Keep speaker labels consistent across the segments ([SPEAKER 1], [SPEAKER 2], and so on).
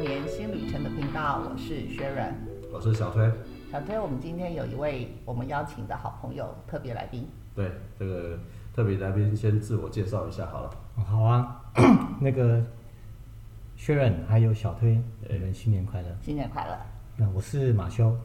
[SPEAKER 1] 年新旅程的频道，我是薛软。
[SPEAKER 2] 我是小崔。
[SPEAKER 1] 小崔，我们今天有一位我们邀请的好朋友特别来宾，
[SPEAKER 2] 对，这个特别来宾先自我介绍一下好了。
[SPEAKER 3] 好啊， 那个薛仁还有小推，
[SPEAKER 2] 哎
[SPEAKER 3] 你们新年快乐。
[SPEAKER 1] 新年快乐！
[SPEAKER 3] 那我是马修。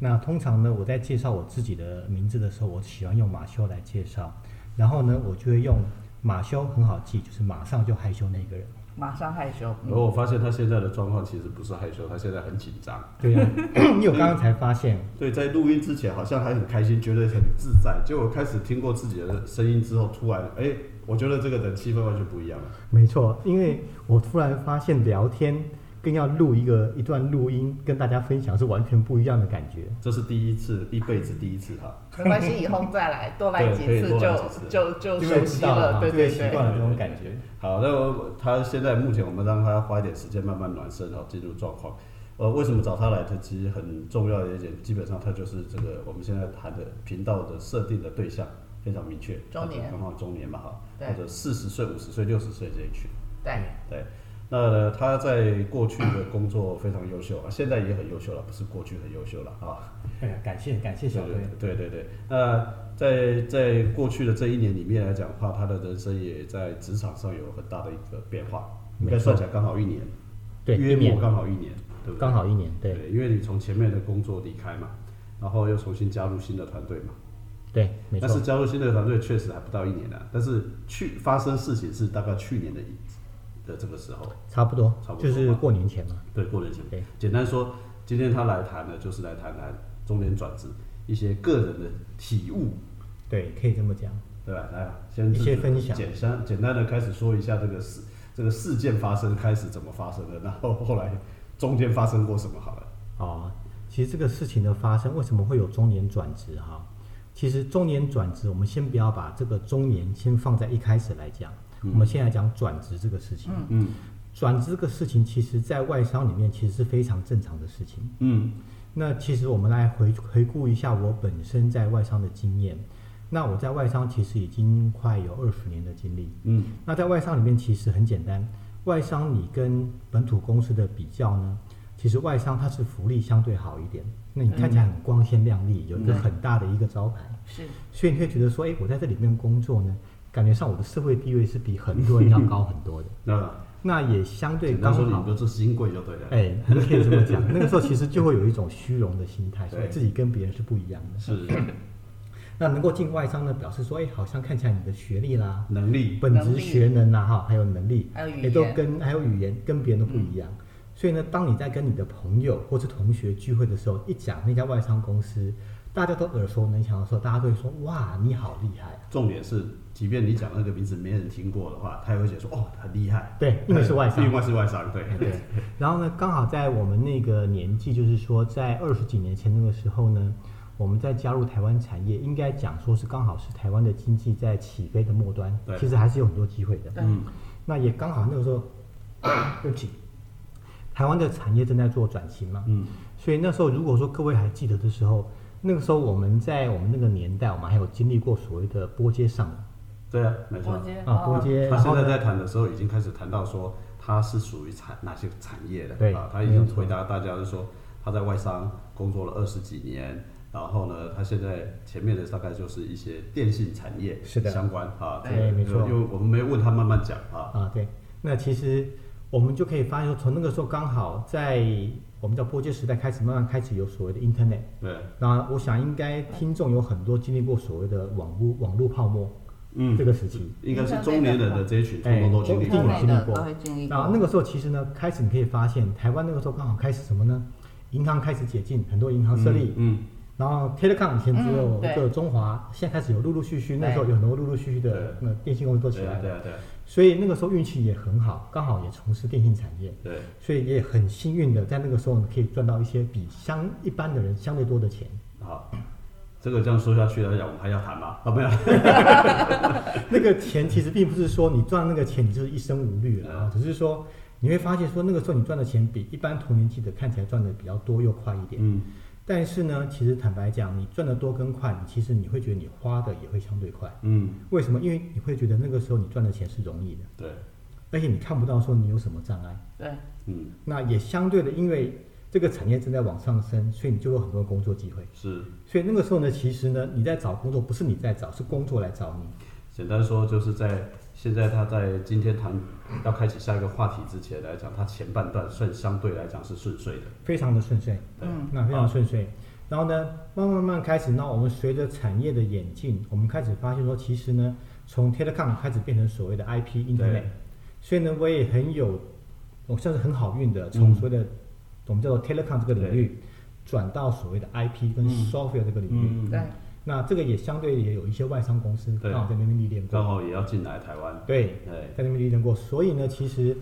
[SPEAKER 3] 那通常呢，我在介绍我自己的名字的时候，我喜欢用马修来介绍。然后呢，我就会用马修很好记，就是马上就害羞那个人。
[SPEAKER 1] 马上害羞，
[SPEAKER 2] 而我发现他现在的状况其实不是害羞，他现在很紧张。
[SPEAKER 3] 对呀、 因为我刚刚才发现，
[SPEAKER 2] 对，在录音之前好像还很开心，觉得很自在，结果开始听过自己的声音之后，突然哎，我觉得这个人气氛完全不一样了。
[SPEAKER 3] 没错，因为我突然发现聊天跟要录一个一段录音跟大家分享是完全不一样的感觉。
[SPEAKER 2] 这是第一次，一辈子第一次哈。
[SPEAKER 1] 没关系，以后再来，多来几
[SPEAKER 2] 对可以
[SPEAKER 1] 次
[SPEAKER 2] 多来
[SPEAKER 1] 就
[SPEAKER 2] 几次
[SPEAKER 1] 就就
[SPEAKER 3] 因为
[SPEAKER 1] 熟
[SPEAKER 3] 知
[SPEAKER 1] 悉
[SPEAKER 3] 道了
[SPEAKER 1] 了，
[SPEAKER 3] 嘛
[SPEAKER 1] 对对
[SPEAKER 3] 就习
[SPEAKER 1] 对
[SPEAKER 3] 惯。了这种感觉。
[SPEAKER 2] 好，那我他现在目前我们让他花一点时间慢慢暖身，然后进入状况。呃，为什么找他来？他其实很重要的一点，基本上他就是这个我们现在谈的频道的设定的对象非常明确，
[SPEAKER 1] 中年
[SPEAKER 2] 他就刚好哦中年嘛哈，
[SPEAKER 1] 对
[SPEAKER 2] 或者四十岁、五十岁、六十岁这一群。
[SPEAKER 1] 对，
[SPEAKER 2] 对，那呢他在过去的工作非常优秀啊，现在也很优秀了，不是过去很优秀了啊。
[SPEAKER 3] 哎呀，感谢感谢小推。
[SPEAKER 2] 对对对对。那在在过去的这一年里面来讲的话，他的人生也在职场上有很大的一个变化，应该
[SPEAKER 3] 没错
[SPEAKER 2] 算起来刚好一年，
[SPEAKER 3] 对，
[SPEAKER 2] 约
[SPEAKER 3] 一年
[SPEAKER 2] 莫刚好一年，对不对？
[SPEAKER 3] 刚好一年，对
[SPEAKER 2] 对，因为你从前面的工作离开嘛，然后又重新加入新的团队嘛，
[SPEAKER 3] 对，没
[SPEAKER 2] 但是
[SPEAKER 3] 错，
[SPEAKER 2] 加入新的团队确实还不到一年啊，但是去发生事情是大概去年的一的这个时候，
[SPEAKER 3] 差不多
[SPEAKER 2] 差不，多
[SPEAKER 3] 就是过年前嘛。
[SPEAKER 2] 对，过年前
[SPEAKER 3] 对。
[SPEAKER 2] 简单说，今天他来谈的就是来谈谈中年转职一些个人的体悟，
[SPEAKER 3] 对，可以这么讲。
[SPEAKER 2] 对吧？来吧，先
[SPEAKER 3] 一些分享
[SPEAKER 2] 简单简单的开始说一下这个事，这个事件发生开始怎么发生的， 然后后来中间发生过什么好了。
[SPEAKER 3] 哦，其实这个事情的发生，为什么会有中年转职哈？其实中年转职，我们先不要把这个中年先放在一开始来讲，我们先来讲转职这个事情。
[SPEAKER 2] 嗯
[SPEAKER 3] 转职这个事情，其实在外商里面其实是非常正常的事情。
[SPEAKER 2] 嗯
[SPEAKER 3] 那其实我们来回回顾一下我本身在外商的经验。那我在外商其实已经快有二十年的经历。
[SPEAKER 2] 嗯
[SPEAKER 3] 那在外商里面其实很简单，外商你跟本土公司的比较呢，其实外商它是福利相对好一点，那你看起来很光鲜亮丽，有一个
[SPEAKER 2] 嗯
[SPEAKER 3] 很大的一个招牌，
[SPEAKER 1] 是
[SPEAKER 3] 所以你会觉得说，哎，我在这里面工作呢，感觉上我的社会地位是比很多人要高很 多的。
[SPEAKER 2] 那
[SPEAKER 3] 那也相对
[SPEAKER 2] 简单
[SPEAKER 3] 刚
[SPEAKER 2] 说，你
[SPEAKER 3] 好
[SPEAKER 2] 们，就是新贵就对了。
[SPEAKER 3] 哎，你可以这么 讲，那个时候其实就会有一种虚荣的心态，
[SPEAKER 2] 对
[SPEAKER 3] 所以自己跟别人是不一样的。
[SPEAKER 2] 是
[SPEAKER 3] 那能够进外商呢，表示说，哎，好像看起来你的学历啦，
[SPEAKER 2] 能力，
[SPEAKER 3] 本质学能啊，哈，还有能力，
[SPEAKER 1] 还有语言嗯
[SPEAKER 3] 也都跟还有语言跟别人都不一样。所以呢，当你在跟你的朋友或是同学聚会的时候，一讲那家外商公司，大家都耳熟能详的时候，大家都会说：“哇，你好厉害啊
[SPEAKER 2] 重点是，即便你讲那个名字没人听过的话，他也会觉得说哦很厉害。！”
[SPEAKER 3] 对，因为是外商
[SPEAKER 2] 另。外是外商，对
[SPEAKER 3] 哎对。然后呢，刚好在我们那个年纪，就是说在二十几年前那个时候呢，我们在加入台湾产业，应该讲说是刚好是台湾的经济在起飞的末端
[SPEAKER 2] 对，
[SPEAKER 3] 其实还是有很多机会的。
[SPEAKER 2] 嗯
[SPEAKER 3] 那也刚好那 个时候，对不起，台湾的产业正在做转型嘛，
[SPEAKER 2] 嗯，
[SPEAKER 3] 所以那时候如果说各位还记得的时候，那个时候我们在我们那个年代，我们还有经历过所谓的波接上网
[SPEAKER 2] 对哦啊，没错
[SPEAKER 1] 波。接
[SPEAKER 3] 啊，波接，
[SPEAKER 2] 他
[SPEAKER 3] 然
[SPEAKER 2] 现
[SPEAKER 3] 后
[SPEAKER 2] 在
[SPEAKER 3] 呢
[SPEAKER 2] 在谈的时候，已经开始谈到说他是属于产哪些产业的，
[SPEAKER 3] 对
[SPEAKER 2] 啊，他已经回答大家就是说他在外商工作了二十几年，然后呢，他现在前面的大概就是一些电信产业
[SPEAKER 3] 是的哎
[SPEAKER 2] 相关啊，
[SPEAKER 1] 对
[SPEAKER 2] 这个
[SPEAKER 3] 没错
[SPEAKER 2] 因为我们没问他慢慢讲啊，
[SPEAKER 3] 啊，对，那其实我们就可以发现说，从那个时候刚好在我们叫波接时代开始，慢慢开始有所谓的 Internet。
[SPEAKER 2] 对，
[SPEAKER 3] 那我想应该听众有很多经历过所谓的网络网络泡沫
[SPEAKER 2] 嗯
[SPEAKER 3] 这，个时期，
[SPEAKER 2] 应该是中年人的这一群，通
[SPEAKER 3] 哎
[SPEAKER 2] 通都经历
[SPEAKER 3] 一
[SPEAKER 2] 过
[SPEAKER 3] 定
[SPEAKER 2] 了
[SPEAKER 3] 有，经历过
[SPEAKER 1] 都会经历
[SPEAKER 3] 然
[SPEAKER 1] 过
[SPEAKER 3] 后。那个时候其实呢，开始你可以发现，台湾那个时候刚好开始什么呢？银行开始解禁，很多银行设立，
[SPEAKER 2] 嗯，
[SPEAKER 3] 然后 Telecom 以前只有
[SPEAKER 1] 嗯
[SPEAKER 3] 一
[SPEAKER 1] 对
[SPEAKER 3] 个中华，现在开始有陆陆续续，那时候
[SPEAKER 1] 对
[SPEAKER 3] 有很多陆陆续续的那电信公司做
[SPEAKER 2] 嗯
[SPEAKER 3] 起
[SPEAKER 2] 对啊
[SPEAKER 3] 来，
[SPEAKER 2] 对啊对啊
[SPEAKER 3] 所以那个时候运气也很好，刚好也从事电信产业，
[SPEAKER 2] 对，
[SPEAKER 3] 所以也很幸运的在那个时候可以赚到一些比相一般的人相对多的钱。
[SPEAKER 2] 好，这个这样说下去来讲，我们还要谈吗？啊，没有，
[SPEAKER 3] 那个钱其实并不是说你赚那个钱你就是一生无虑了啊，只是说你会发现说那个时候你赚的钱比一般同年纪的看起来赚的比较多又快一 点。
[SPEAKER 2] 嗯，
[SPEAKER 3] 但是呢，其实坦白讲，你赚的多跟快，你其实你会觉得你花的也会相对快。
[SPEAKER 2] 嗯，
[SPEAKER 3] 为什么？因为你会觉得那个时候你赚的钱是容易的，
[SPEAKER 2] 对，
[SPEAKER 3] 而且你看不到说你有什么障碍。
[SPEAKER 1] 对，
[SPEAKER 2] 嗯，
[SPEAKER 3] 那也相对的，因为这个产业正在往上升，所以你就有很多工作机会。
[SPEAKER 2] 是
[SPEAKER 3] 所以那个时候呢，其实呢，你在找工作不是你在找，是工作来找你。
[SPEAKER 2] 简单说就是在现在他在今天谈要开启下一个话题之前来讲，他前半段算相对来讲是顺遂的，
[SPEAKER 3] 非常的顺遂，
[SPEAKER 2] 对
[SPEAKER 1] 嗯
[SPEAKER 3] 那非常顺遂。然后呢，慢慢慢开始，那我们随着产业的演进，我们开始发现说，其实呢，从 telecom 开始变成所谓的 IP
[SPEAKER 2] 对
[SPEAKER 3] internet，所以呢，我也很有，我算是很好运的，
[SPEAKER 2] 嗯
[SPEAKER 3] 从所谓的、我们叫做 telecom 这个领域，转到所谓的 IP 跟
[SPEAKER 2] 嗯
[SPEAKER 3] software 这个领域。
[SPEAKER 2] 嗯，
[SPEAKER 1] 对，
[SPEAKER 3] 那这个也相对也有一些外商公司
[SPEAKER 2] 对
[SPEAKER 3] 刚好在那边历练过，
[SPEAKER 2] 刚好也要进来台湾，
[SPEAKER 3] 对，
[SPEAKER 2] 对，
[SPEAKER 3] 在那边历练过。所以呢，其实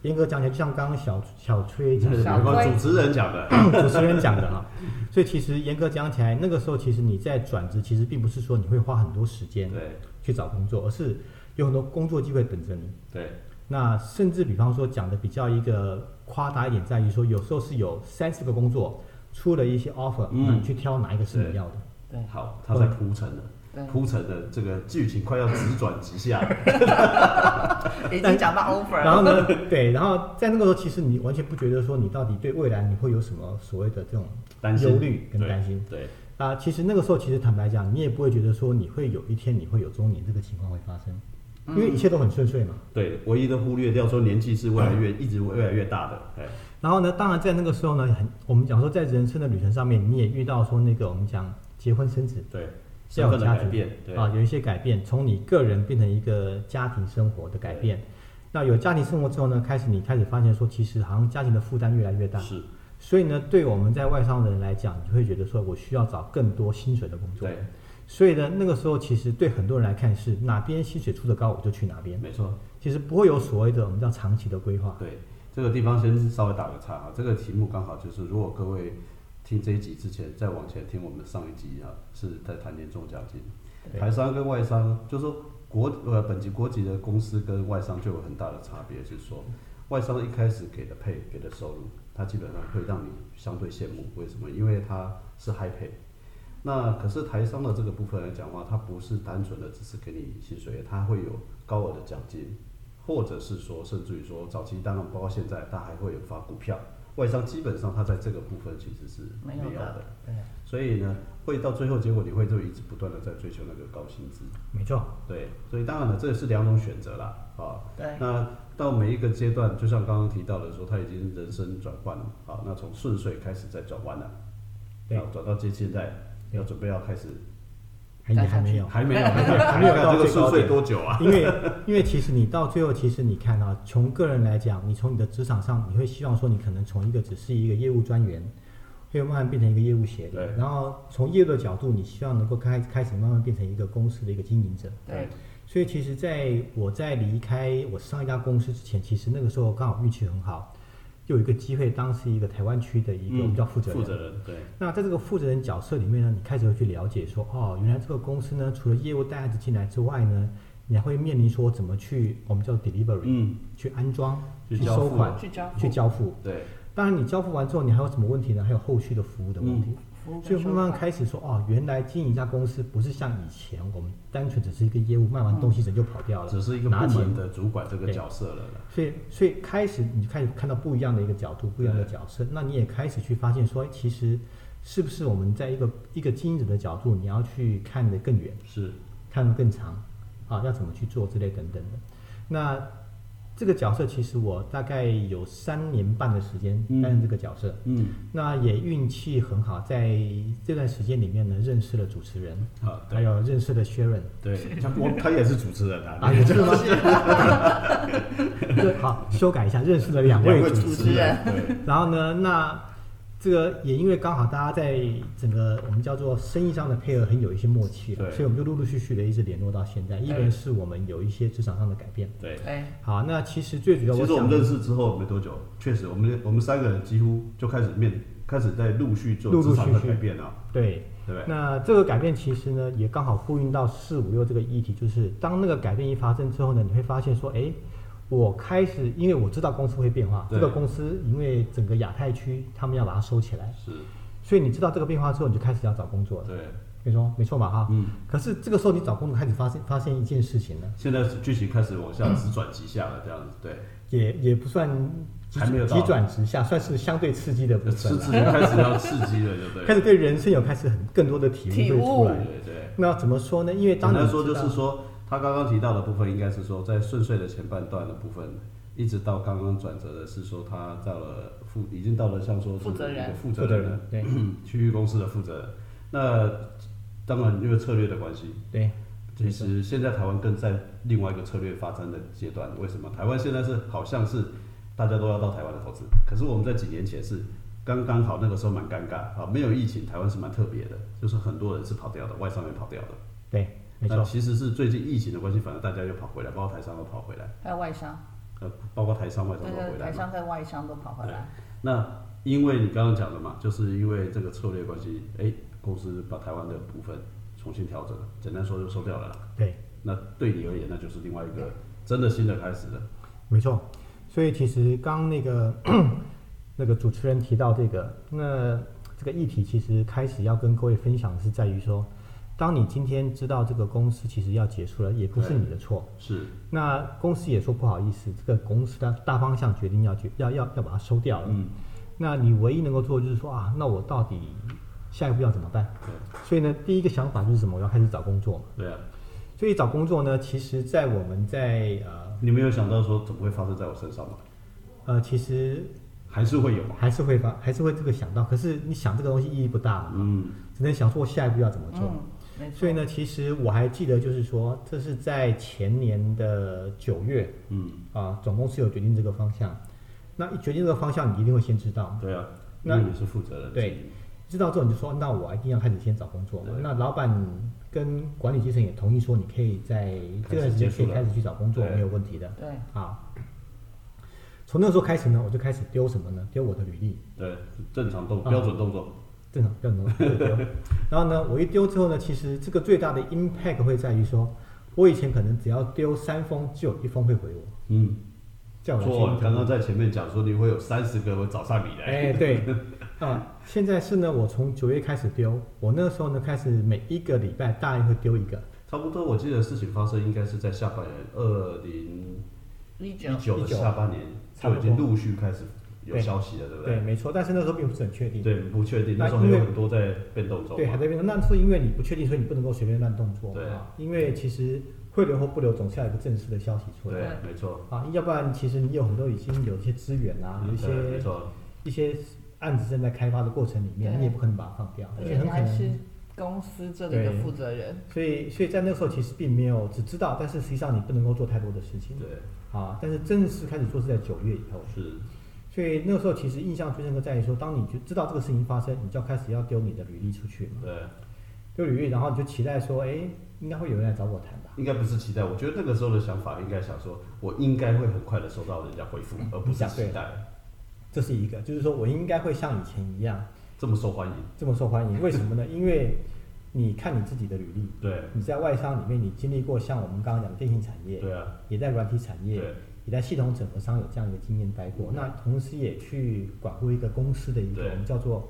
[SPEAKER 3] 严格讲起来，就像刚刚小小崔
[SPEAKER 2] 这
[SPEAKER 3] 讲
[SPEAKER 2] 是
[SPEAKER 3] 的，
[SPEAKER 1] 小
[SPEAKER 2] 主
[SPEAKER 1] 龟
[SPEAKER 2] 持人讲的，
[SPEAKER 3] 主持人讲的哈。所以其实严格讲起来，那个时候其实你在转职，其实并不是说你会花很多时间
[SPEAKER 2] 对
[SPEAKER 3] 去找工作，而是有很多工作机会等着你。
[SPEAKER 2] 对，
[SPEAKER 3] 那甚至比方说讲的比较一个夸大一点，在于说有时候是有三四个工作出了一些 offer，、
[SPEAKER 2] 嗯
[SPEAKER 3] 那你去挑哪一个是你
[SPEAKER 2] 对
[SPEAKER 3] 要的。
[SPEAKER 1] 对，
[SPEAKER 2] 好，他在铺陈了。
[SPEAKER 3] 嗯
[SPEAKER 1] 对
[SPEAKER 2] 铺陈的这个剧情快要直转直下 了，
[SPEAKER 1] 已经讲到 offer
[SPEAKER 3] 然后
[SPEAKER 1] 了，
[SPEAKER 3] 呢，对，然后在那个时候，其实你完全不觉得说你到底对未来你会有什么所谓的这种
[SPEAKER 2] 担心
[SPEAKER 3] 忧虑跟担心。
[SPEAKER 2] 对，
[SPEAKER 3] 啊，其实那个时候，其实坦白讲，你也不会觉得说你会有一天你会有中年这个情况会发生，
[SPEAKER 2] 嗯
[SPEAKER 3] 因为一切都很顺遂嘛。
[SPEAKER 2] 对，唯一的忽略掉说年纪是越来越、
[SPEAKER 3] 嗯
[SPEAKER 2] 一直越来越大的，哎，
[SPEAKER 3] 然后呢，当然在那个时候呢，很我们讲说在人生的旅程上面，你也遇到说那个我们讲结婚生子，
[SPEAKER 2] 对，身
[SPEAKER 3] 要有
[SPEAKER 2] 份的
[SPEAKER 3] 家
[SPEAKER 2] 改
[SPEAKER 3] 庭
[SPEAKER 2] 变，对，
[SPEAKER 3] 啊，有一些改变，从你个人变成一个家庭生活的改变。
[SPEAKER 2] 嗯
[SPEAKER 3] 那有家庭生活之后呢，开始你开始发现说，其实好像家庭的负担越来越大，
[SPEAKER 2] 是，
[SPEAKER 3] 所以呢，对我们在外商的人来讲，你会觉得说我需要找更多薪水的工作。
[SPEAKER 2] 对，
[SPEAKER 3] 所以呢，那个时候其实对很多人来看是哪边薪水出的高我就去哪边，
[SPEAKER 2] 没错，
[SPEAKER 3] 其实不会有所谓的我们叫长期的规划。
[SPEAKER 2] 对，这个地方先稍微打个岔啊，这个题目刚好就是，如果各位听这一集之前，再往前听我们上一集啊，是在谈年终奖金，
[SPEAKER 3] 对
[SPEAKER 2] 台商跟外商，就是说国呃本级国籍的公司跟外商就有很大的差别，是说外商一开始给的配给的收入，它基本上会让你相对羡慕，为什么？因为它是 high pay。那可是台商的这个部分来讲的话，它不是单纯的只是给你薪水，它会有高额的奖金，或者是说甚至于说早期当然包括现在，它还会有发股票。外商基本上它在这个部分其实是没
[SPEAKER 1] 没
[SPEAKER 2] 有
[SPEAKER 1] 有
[SPEAKER 2] 的
[SPEAKER 1] 的，，对，
[SPEAKER 2] 所以呢，会到最后结果你会就一直不断的在追求那个高薪资。
[SPEAKER 3] 没错，
[SPEAKER 2] 对，所以当然了，这也是两种选择啦，啊，
[SPEAKER 1] 对，
[SPEAKER 2] 那到每一个阶段，就像刚刚提到的说，他已经人生转换了，啊，那从顺遂开始再转弯了，
[SPEAKER 3] 对
[SPEAKER 2] 然后转到接现在，要准备要开始，
[SPEAKER 3] 还也还没有，
[SPEAKER 2] 还没有，还没有，
[SPEAKER 3] 还没有到
[SPEAKER 2] 这个
[SPEAKER 3] 最高
[SPEAKER 2] 顺遂
[SPEAKER 3] 点
[SPEAKER 2] 多久啊？
[SPEAKER 3] 因为因为其实你到最后，其实你看啊，从个人来讲，你从你的职场上，你会希望说你可能从一个只是一个业务专员，会慢慢变成一个业务协理
[SPEAKER 2] 对，
[SPEAKER 3] 然后从业务的角度，你希望能够开开始慢慢变成一个公司的一个经营者。
[SPEAKER 1] 对，
[SPEAKER 3] 所以其实在我在离开我上一家公司之前，其实那个时候刚好运气很好，有一个机会，当时一个台湾区的一个我们叫负责人。
[SPEAKER 2] 嗯负责人，对，
[SPEAKER 3] 那在这个负责人角色里面呢，你开始会去了解说，哦，原来这个公司呢，除了业务带案子进来之外呢，你还会面临说怎么去我们叫 delivery，、
[SPEAKER 2] 嗯，
[SPEAKER 3] 去安装、
[SPEAKER 2] 去交付
[SPEAKER 3] 收款、
[SPEAKER 1] 去交
[SPEAKER 3] 去交付。
[SPEAKER 2] 对，
[SPEAKER 3] 当然，你交付完之后，你还有什么问题呢？还有后续的服务的问题。
[SPEAKER 1] 服务
[SPEAKER 3] 所以慢慢
[SPEAKER 1] 开，
[SPEAKER 3] 开始说，哦，原来经营一家公司不是像以前我们单纯只是一个业务，卖完东西人就跑掉了，
[SPEAKER 2] 只是一个
[SPEAKER 3] 拿
[SPEAKER 2] 部
[SPEAKER 3] 钱
[SPEAKER 2] 门的主管这个
[SPEAKER 3] 对
[SPEAKER 2] 角色了啦，
[SPEAKER 3] 所以，所以开始你开始看到不一样的一个角度，不一样的角色，那你也开始去发现说，哎其实是不是我们在一个一个经营者的角度，你要去看得更远，
[SPEAKER 2] 是，
[SPEAKER 3] 看得更长，啊，要怎么去做之类等等的。那这个角色其实我大概有三年半的时间
[SPEAKER 2] 嗯
[SPEAKER 3] 担任这个角色，
[SPEAKER 2] 嗯，
[SPEAKER 3] 那也运气很好，在这段时间里面呢，认识了主持人，
[SPEAKER 2] 好，
[SPEAKER 3] 还
[SPEAKER 2] 对，
[SPEAKER 3] 有认识了 Sharon，
[SPEAKER 2] 对，他我他也是主持人啊
[SPEAKER 3] 啊，，也是吗？ 对，好，修改一下，认识了两位主持人
[SPEAKER 2] 主
[SPEAKER 1] 持人，
[SPEAKER 2] 对，
[SPEAKER 3] 然后呢，那这个也因为刚好大家在整个我们叫做生意上的配合很有一些默契了，
[SPEAKER 2] 对
[SPEAKER 3] 所以我们就陆陆续续的一直联络到现在。一个是我们有一些职场上的改变。
[SPEAKER 2] 对。
[SPEAKER 1] 对，
[SPEAKER 3] 好，那其实最主要
[SPEAKER 2] 其
[SPEAKER 3] 我
[SPEAKER 2] 实我
[SPEAKER 3] 想
[SPEAKER 2] 们认识之后没多久，确实我们我们三个人几乎就开始面开始在陆续做
[SPEAKER 3] 陆
[SPEAKER 2] 职
[SPEAKER 3] 陆续
[SPEAKER 2] 场的
[SPEAKER 3] 续
[SPEAKER 2] 改变啊，
[SPEAKER 3] 对。
[SPEAKER 2] 对不对？
[SPEAKER 3] 那这个改变其实呢，也刚好呼应到四五六这个议题，就是当那个改变一发生之后呢，你会发现说，哎，我开始因为我知道公司会变化，
[SPEAKER 2] 对
[SPEAKER 3] 这个公司因为整个亚太区他们要把它收起来，
[SPEAKER 2] 是，
[SPEAKER 3] 所以你知道这个变化之后，你就开始要找工作了。
[SPEAKER 2] 对，
[SPEAKER 3] 你说没错嘛哈。
[SPEAKER 2] 嗯，
[SPEAKER 3] 可是这个时候你找工作开始发现发现一件事情呢，
[SPEAKER 2] 现在是剧情开始往下直转直下了，这样子，对，
[SPEAKER 3] 也也不算急
[SPEAKER 2] 还没有到
[SPEAKER 3] 急转直下，算是相对刺激的部
[SPEAKER 2] 这
[SPEAKER 3] 分
[SPEAKER 2] 刺
[SPEAKER 3] 了。
[SPEAKER 2] 激开始要刺激了，就对了。
[SPEAKER 3] 开始对人生有开始很更多的体
[SPEAKER 1] 体
[SPEAKER 3] 悟会出
[SPEAKER 1] 悟
[SPEAKER 2] 对
[SPEAKER 3] 来。
[SPEAKER 2] 对对。
[SPEAKER 3] 那怎么说呢？因为当
[SPEAKER 2] 简
[SPEAKER 3] 你
[SPEAKER 2] 单说
[SPEAKER 3] 知
[SPEAKER 2] 就
[SPEAKER 3] 道
[SPEAKER 2] 是说，他刚刚提到的部分，应该是说在顺遂的前半段的部分，一直到刚刚转折的是说他到了负，已经到了像说是
[SPEAKER 1] 负责人
[SPEAKER 2] 一个负
[SPEAKER 3] 负
[SPEAKER 2] 责
[SPEAKER 3] 责
[SPEAKER 2] 人
[SPEAKER 3] 人
[SPEAKER 2] 了，，
[SPEAKER 3] 对
[SPEAKER 2] 区域公司的负责人。那当然因为策略的关系，
[SPEAKER 3] 对，
[SPEAKER 2] 其实现在台湾更在另外一个策略发展的阶段。为什么？台湾现在是好像是大家都要到台湾的投资，可是我们在几年前是刚刚好，那个时候蛮尴尬啊，没有疫情，台湾是蛮特别的，就是很多人是跑掉的，外商也跑掉的。
[SPEAKER 3] 对，没
[SPEAKER 2] 那
[SPEAKER 3] 错，
[SPEAKER 2] 其实是最近疫情的关系，反而大家又跑回来，包括台商都跑回来，
[SPEAKER 1] 还有外商，
[SPEAKER 2] 呃，包括台商外商
[SPEAKER 1] 对
[SPEAKER 2] 都回
[SPEAKER 1] 对，
[SPEAKER 2] 来
[SPEAKER 1] 台
[SPEAKER 2] 嘛。
[SPEAKER 1] 商跟外商都跑回来，
[SPEAKER 2] 那因为你刚刚讲的嘛，就是因为这个策略关系，哎，公司把台湾的部分重新调整了，简单说就收掉了啦。
[SPEAKER 3] 对，
[SPEAKER 2] 那对你而言，那就是另外一个真的新的开始了。
[SPEAKER 3] 没错。所以其实刚那个 那个主持人提到这个，那这个议题其实开始要跟各位分享的是在于说，当你今天知道这个公司其实要结束了，也不是
[SPEAKER 2] 对
[SPEAKER 3] 你的错。
[SPEAKER 2] 是，
[SPEAKER 3] 那公司也说不好意思，这个公司的大方向决定要决要要要把它收掉了。
[SPEAKER 2] 嗯，
[SPEAKER 3] 那你唯一能够做的就是说啊，那我到底下一步要怎么办？
[SPEAKER 2] 对，
[SPEAKER 3] 所以呢，第一个想法就是什么？我要开始找工作嘛。
[SPEAKER 2] 对啊。
[SPEAKER 3] 所以找工作呢，其实，在我们在呃
[SPEAKER 2] 你没有想到说怎么会发生在我身上吗？
[SPEAKER 3] 呃，其实
[SPEAKER 2] 还是会有嘛。
[SPEAKER 3] 还是会发，还是会这个想到。可是你想这个东西意义不大嘛，
[SPEAKER 2] 嗯，
[SPEAKER 3] 只能想说我下一步要怎么做。
[SPEAKER 1] 嗯，没
[SPEAKER 3] 所
[SPEAKER 1] 错
[SPEAKER 3] 以，呢，其实我还记得，就是说，这是在前年的九月，
[SPEAKER 2] 嗯，
[SPEAKER 3] 啊，总公司有决定这个方向。那一决定这个方向，你一定会先知道。
[SPEAKER 2] 对啊，因
[SPEAKER 3] 那
[SPEAKER 2] 为你是负责人。
[SPEAKER 3] 对，知道之后你就说，那我一定要开始先找工作嘛。
[SPEAKER 2] 对
[SPEAKER 3] 那老板跟管理阶层也同意说，你可以在这段时间可以开始去找工作，
[SPEAKER 2] 对
[SPEAKER 3] 没有问题的。
[SPEAKER 1] 对，
[SPEAKER 3] 啊，从那个时候开始呢，我就开始丢什么呢？丢我的履历，
[SPEAKER 2] 对，正常动
[SPEAKER 3] 啊
[SPEAKER 2] 标准动作。
[SPEAKER 3] 正常标准都是丢。然后呢，我一丢之后呢，其实这个最大的 impact 会在于说，我以前可能只要丢三封，就有一封会回我，
[SPEAKER 2] 嗯。
[SPEAKER 3] 叫我来
[SPEAKER 2] 错，
[SPEAKER 3] 签
[SPEAKER 2] 刚刚在前面讲说你会有三十个会找上你来，
[SPEAKER 3] 哎，对，啊，现在是呢，我从九月开始丢，我那个时候呢开始每一个礼拜大概会丢一个，
[SPEAKER 2] 差不多我记得事情发生应该是在下半年二零
[SPEAKER 1] 一九
[SPEAKER 2] 一九的
[SPEAKER 3] 19
[SPEAKER 2] 下半年就已经陆续开始有消息了，对不
[SPEAKER 3] 对，？没错，但是那时候并不是很确定，
[SPEAKER 2] 对，不确定，
[SPEAKER 3] 那
[SPEAKER 2] 那时候还有
[SPEAKER 3] 因为
[SPEAKER 2] 很多在变动中
[SPEAKER 3] 对，还
[SPEAKER 2] 嘛。
[SPEAKER 3] 在变动。那是因为你不确定，所以你不能够随便乱动作。
[SPEAKER 2] 对
[SPEAKER 3] 啊，因为其实会留或不留，总是要有一个正式的消息出来。
[SPEAKER 2] 对，没错，
[SPEAKER 3] 啊，要不然其实你有很多已经有一些资源啊，有一
[SPEAKER 2] 对没
[SPEAKER 3] 些
[SPEAKER 2] 错，
[SPEAKER 3] 一些案子正在开发的过程里面，
[SPEAKER 1] 对
[SPEAKER 3] 你也不可能把它放掉，而
[SPEAKER 1] 而
[SPEAKER 3] 且
[SPEAKER 1] 且
[SPEAKER 3] 很
[SPEAKER 1] 你
[SPEAKER 3] 可
[SPEAKER 1] 还是
[SPEAKER 3] 能。
[SPEAKER 1] 公司这里的负责人，
[SPEAKER 3] 所以，所以在那个时候其实并没有只知道，但是实际上你不能够做太多的事情。
[SPEAKER 2] 对，
[SPEAKER 3] 啊，但是正式开始做是在九月以后，
[SPEAKER 2] 是，
[SPEAKER 3] 所以那个时候其实印象最深刻在于说，当你就知道这个事情发生，你就要开始要丢你的履历出去嘛，
[SPEAKER 2] 对，
[SPEAKER 3] 丢履历，然后你就期待说，哎，应该会有人来找我谈吧。
[SPEAKER 2] 应该不是期待，我觉得那个时候的想法应该想说，我应该会很快的收到人家回复，而不是期
[SPEAKER 3] 嗯
[SPEAKER 2] 待
[SPEAKER 3] 这是一个，就是说我应该会像以前一样
[SPEAKER 2] 这么受欢迎，
[SPEAKER 3] 这么受欢迎。为什么 呢？因为你看你自己的履历，
[SPEAKER 2] 对，
[SPEAKER 3] 你在外商里面，你经历过像我们刚刚讲的电信产业，
[SPEAKER 2] 对啊，
[SPEAKER 3] 也在软体产业
[SPEAKER 2] 对，
[SPEAKER 3] 也在系统整合商有这样一个经验待过。那同时也去管过一个公司的一个
[SPEAKER 2] 对
[SPEAKER 3] 我们叫做